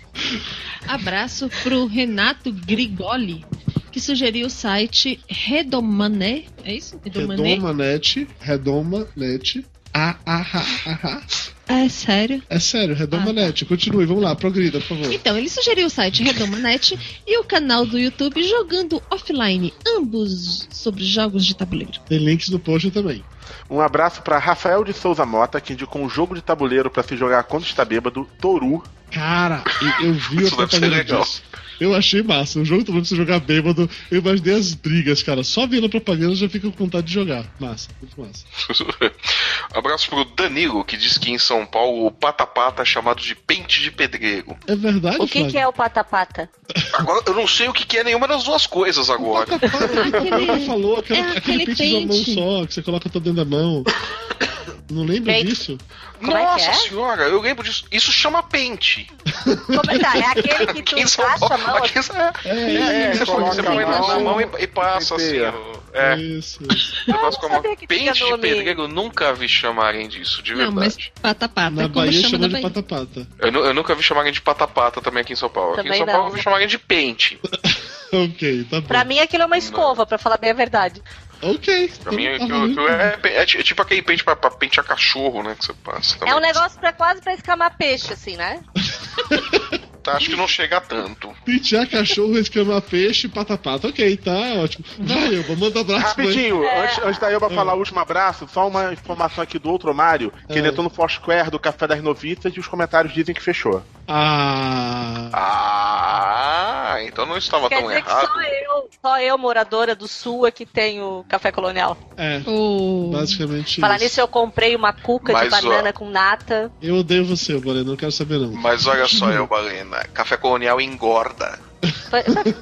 S3: Abraço pro Renato Grigoli, que sugeriu o site Redomané. É isso? Redomané?
S2: Redoma Net, Redoma Net. Ah, ah, ah, ah, ah.
S3: É sério.
S2: É sério, Redoma
S3: Ah, tá.
S2: Net. Continue, vamos lá, progrida, por favor.
S3: Então, ele sugeriu o site Redomanet e o canal do YouTube Jogando Offline, ambos sobre jogos de tabuleiro.
S2: Tem links no post também.
S9: Um abraço pra Rafael de Souza Mota, que indicou um jogo de tabuleiro pra se jogar quando está bêbado, Toru.
S2: Cara, e- eu vi
S4: Isso
S2: a
S4: deve ser
S2: propaganda
S4: legal.
S2: disso. Eu achei massa. O jogo todo mundo você jogar bêbado. Eu imaginei as brigas, cara. Só vendo a propaganda eu já fica com vontade de jogar. Massa, muito massa.
S4: Abraço pro Danilo, que diz que em São Paulo o pata-pata é chamado de pente de pedreiro.
S2: É verdade,
S5: O que, que é o pata-pata?
S4: Agora, eu não sei o que, que é nenhuma das duas coisas agora.
S2: Ela falou aquela,
S3: É
S2: aquele,
S3: aquele
S2: pente, de uma mão
S3: pente.
S2: só, que você coloca todo dentro da mão. Não lembra
S5: Pente.
S2: disso?
S5: Como é que
S4: Nossa
S5: é?
S4: senhora, eu lembro disso. Isso chama pente.
S5: Como é, tá, é aquele que tu
S4: Aqui em São
S5: encaixa a mão assim,
S4: Paulo. Aqui, em São- é,
S2: É, é,
S4: você põe você
S9: coloca
S4: põe
S9: a
S4: na
S9: mão,
S4: mão e, e passa assim.
S9: penteia.
S4: ó. É,
S2: Isso, isso.
S4: eu faço
S5: né? não
S4: como
S5: sabia assim. que tinha
S4: pente de
S5: nome.
S4: pedreiro, eu nunca vi chamarem disso, de
S3: Não, mas
S4: É verdade.
S3: pata-pata,
S2: Na
S3: como
S2: Bahia
S3: chama
S2: chamou
S3: da
S2: de
S3: Bahia.
S2: pata-pata.
S4: Eu, nu- eu nunca vi chamarem de pata-pata também aqui em São Paulo. Aqui em
S5: Também
S4: São Paulo
S5: não. né?
S4: eu vi chamarem de pente.
S2: ok, tá bom.
S5: Pra mim aquilo é uma escova, pra falar bem a verdade.
S2: Ok. Tá
S4: Pra mim, aquilo,
S5: Uhum.
S4: aquilo é, é ti- é tipo aquele pente pra, pra pentear cachorro, né? Que você passa.
S5: É
S4: também.
S5: um negócio pra quase pra escamar peixe, assim, né?
S4: Tá, acho que não chega a tanto.
S5: Uhum.
S2: Pentear cachorro, escamar peixe, pata-pata. Ok, tá ótimo. Vai, eu vou mandar um abraço pra ele.
S9: Rapidinho, antes, antes da
S2: Hum.
S9: Elba falar o último abraço, só uma informação aqui do outro Mário, que
S2: É.
S9: ele entrou no Foursquare do Café das Novitas e os comentários dizem que fechou.
S2: Ah.
S4: Ah, então não estava
S5: Quer
S4: tão
S5: dizer que
S4: errado.
S5: só eu, só eu, moradora do sul, é que tenho café colonial.
S2: É. Basicamente
S5: Hum. Falar
S2: isso.
S5: nisso, eu comprei uma cuca de
S4: Mas, ó.
S5: banana com nata.
S2: Eu odeio você, Moreno, não quero saber não. Ah,
S4: Mas olha só,
S5: Uhum.
S4: Elba Lena, café colonial engorda.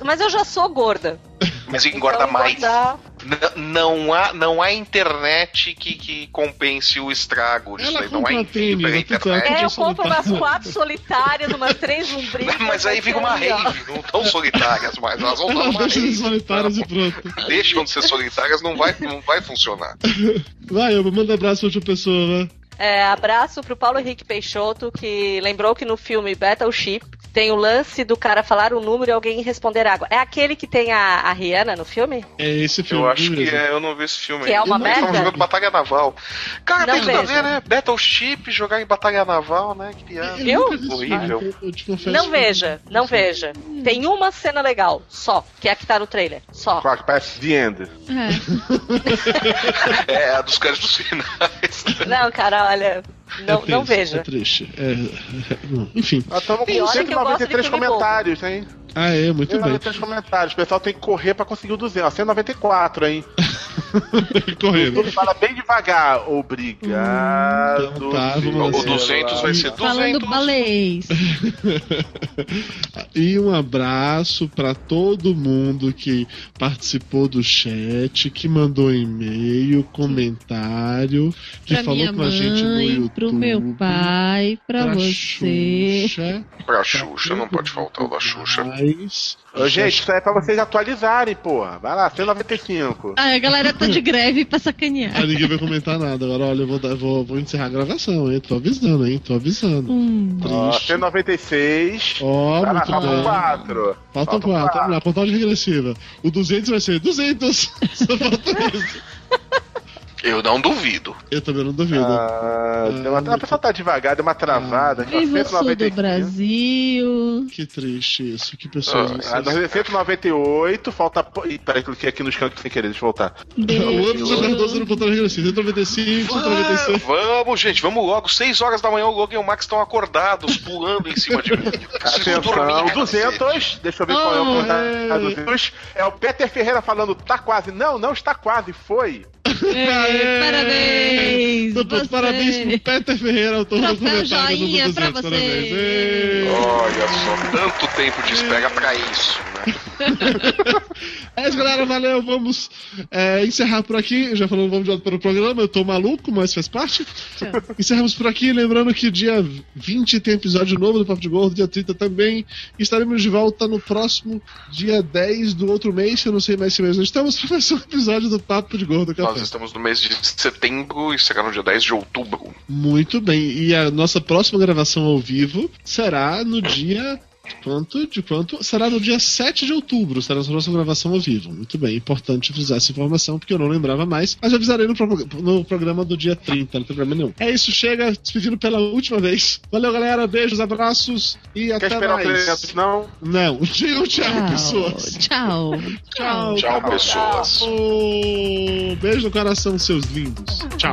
S5: Mas eu já sou gorda.
S4: Mas engorda
S5: Então,
S4: mais.
S5: engordar-
S4: N- não, há, não há internet que, que compense o estrago disso
S2: Ela
S4: daí. Não há
S2: compra tênis,
S4: hiper-
S2: ela
S4: internet.
S2: tem
S5: É,
S2: que
S5: eu compro
S2: soltar.
S5: umas quatro solitárias, umas três lombrigas.
S4: Mas aí fica
S5: assim,
S4: uma rave, não tão solitárias mais. Elas vão dar
S2: Ela
S4: uma
S2: deixa de
S4: rave.
S2: solitárias e pronto.
S4: Deixam de ser solitárias, não vai, não vai funcionar.
S2: Vai, eu mando abraço pra outra pessoa, né?
S5: É, abraço pro Paulo Henrique Peixoto, que lembrou que no filme Battleship tem o lance do cara falar um número e alguém responder água. É aquele que tem a, a Rihanna no filme?
S2: É esse filme.
S4: Eu acho que
S2: beleza.
S4: é, eu não vi esse filme.
S5: Que é
S4: ainda.
S5: uma
S4: Eles estavam
S5: merda?
S4: jogando Batalha Naval. Cara,
S5: Não
S4: tem tudo a
S5: vejo.
S4: ver, né? Battleship, jogar em Batalha Naval, né? Que
S2: Eu
S4: piada.
S5: Viu?
S2: nunca vi esse
S4: Horrível.
S2: filme, Eu, eu te confesso.
S5: Não veja, não veja. Tem uma cena legal, só, que é a que tá no trailer. Só.
S9: Claro, que parece The End.
S3: É.
S4: É, a dos créditos finais.
S5: Não, cara, olha.
S2: É
S5: Não,
S2: triste,
S5: não
S2: É
S5: veja.
S2: triste. É... Enfim.
S9: Nós estamos
S5: Sim,
S9: com
S5: olha que eu gosto de
S9: 193
S5: filme
S9: comentários, hein?
S2: Ah, é, muito bem.
S9: 193 comentários. O pessoal tem que correr pra conseguir o 200. ó, 194, hein?
S2: Correndo.
S9: Ele fala bem devagar. Obrigado.
S2: Então tá,
S4: O
S2: vamos
S9: senhor.
S2: lá.
S4: 200 vai ser
S3: Falando
S4: 200.
S3: balês.
S2: E um abraço pra todo mundo que participou do chat, que mandou e-mail, comentário, que
S3: Pra
S2: falou
S3: minha
S2: com a gente no
S3: mãe,
S2: YouTube. Tá
S3: pro meu pai, pra, você.
S2: Xuxa,
S4: Pra Xuxa, não pode faltar o da Xuxa.
S2: Mas,
S9: Ô, gente, isso aí é pra vocês atualizarem, porra. Vai lá, 195.
S3: Ah, a galera tá de greve pra sacanear.
S2: Ah, ninguém vai comentar nada. Agora, olha, eu vou, dar- vou- vou encerrar a gravação, hein? Tô avisando, hein? Tô avisando.
S3: Hum.
S9: Ó,
S2: Triste.
S9: 196.
S2: Ó,
S9: Vai lá,
S2: muito
S9: faltam
S2: bem.
S9: 4.
S2: Faltam
S9: faltam
S2: quatro.
S9: quatro.
S2: Vamos lá, contagem regressiva. O 200 vai ser 200. Só falta isso.
S4: Eu não duvido.
S2: Eu também não duvido.
S9: Ah, deu uma-
S2: muito-
S9: a pessoa tá devagar, deu uma travada. Ah,
S3: Viva o sul do Brasil.
S2: Que triste isso. Que pessoas.
S4: Ah,
S2: vocês.
S9: Ah, nós é 198, falta. po- Ih, peraí, cliquei aqui no canto sem querer, deixa eu voltar.
S2: O ano já
S3: Beijo.
S2: tá 12 no contagem regressiva. 195,
S5: Ah,
S2: 196.
S4: Vamos, gente, vamos logo. 6 horas da manhã, o Logan e o Max estão acordados, pulando em cima de mim.
S9: Tá
S4: Preciso
S9: Atenção,
S4: dormir, cacete.
S9: 200. Deixa eu ver qual é
S3: Oh,
S9: o
S2: é.
S9: contato. Ah, 200. É o Peter Ferreira falando, tá quase. Não, não está quase, foi.
S3: Ei, Parabéns.
S2: Então,
S3: você.
S2: Parabéns pro Peter Ferreira, autor do
S3: Troféu
S2: comentário do
S3: joinha
S2: 200.
S3: pra você.
S2: Parabéns. Ei.
S4: Olha só, tanto tempo de espera pra isso, né?
S2: É isso, galera. Valeu. Vamos é, encerrar por aqui. Já um falamos, vamos direto para o programa. Eu tô maluco, mas faz parte. Encerramos por aqui. Lembrando que dia 20 tem episódio novo do Papo de Gordo, dia 30 também. Estaremos de volta no próximo dia 10 do outro mês, que eu não sei mais se mês nós estamos, para mais um episódio do Papo de Gordo é Café.
S4: Nós estamos no mês de setembro e será no dia 10 de outubro.
S2: Muito bem. E a nossa próxima gravação ao vivo será no dia. Quanto? De quanto? Será no dia 7 de outubro. Será a nossa próxima gravação ao vivo. Muito bem. Importante frisar essa informação, porque eu não lembrava mais. Mas eu avisarei no, pro- no programa do dia 30, não tem problema nenhum. É isso, chega. Despedindo pela última vez. Valeu, galera. Beijos, abraços e
S3: Então
S9: Quer
S2: até
S3: tá
S9: esperar o
S2: mais.
S9: 300? Não.
S2: Não, digam tchau, pessoas.
S3: Tchau. Tchau.
S4: Tchau,
S2: acabou.
S4: pessoas.
S2: Tchau. Um Beijo no coração, seus lindos. Tchau.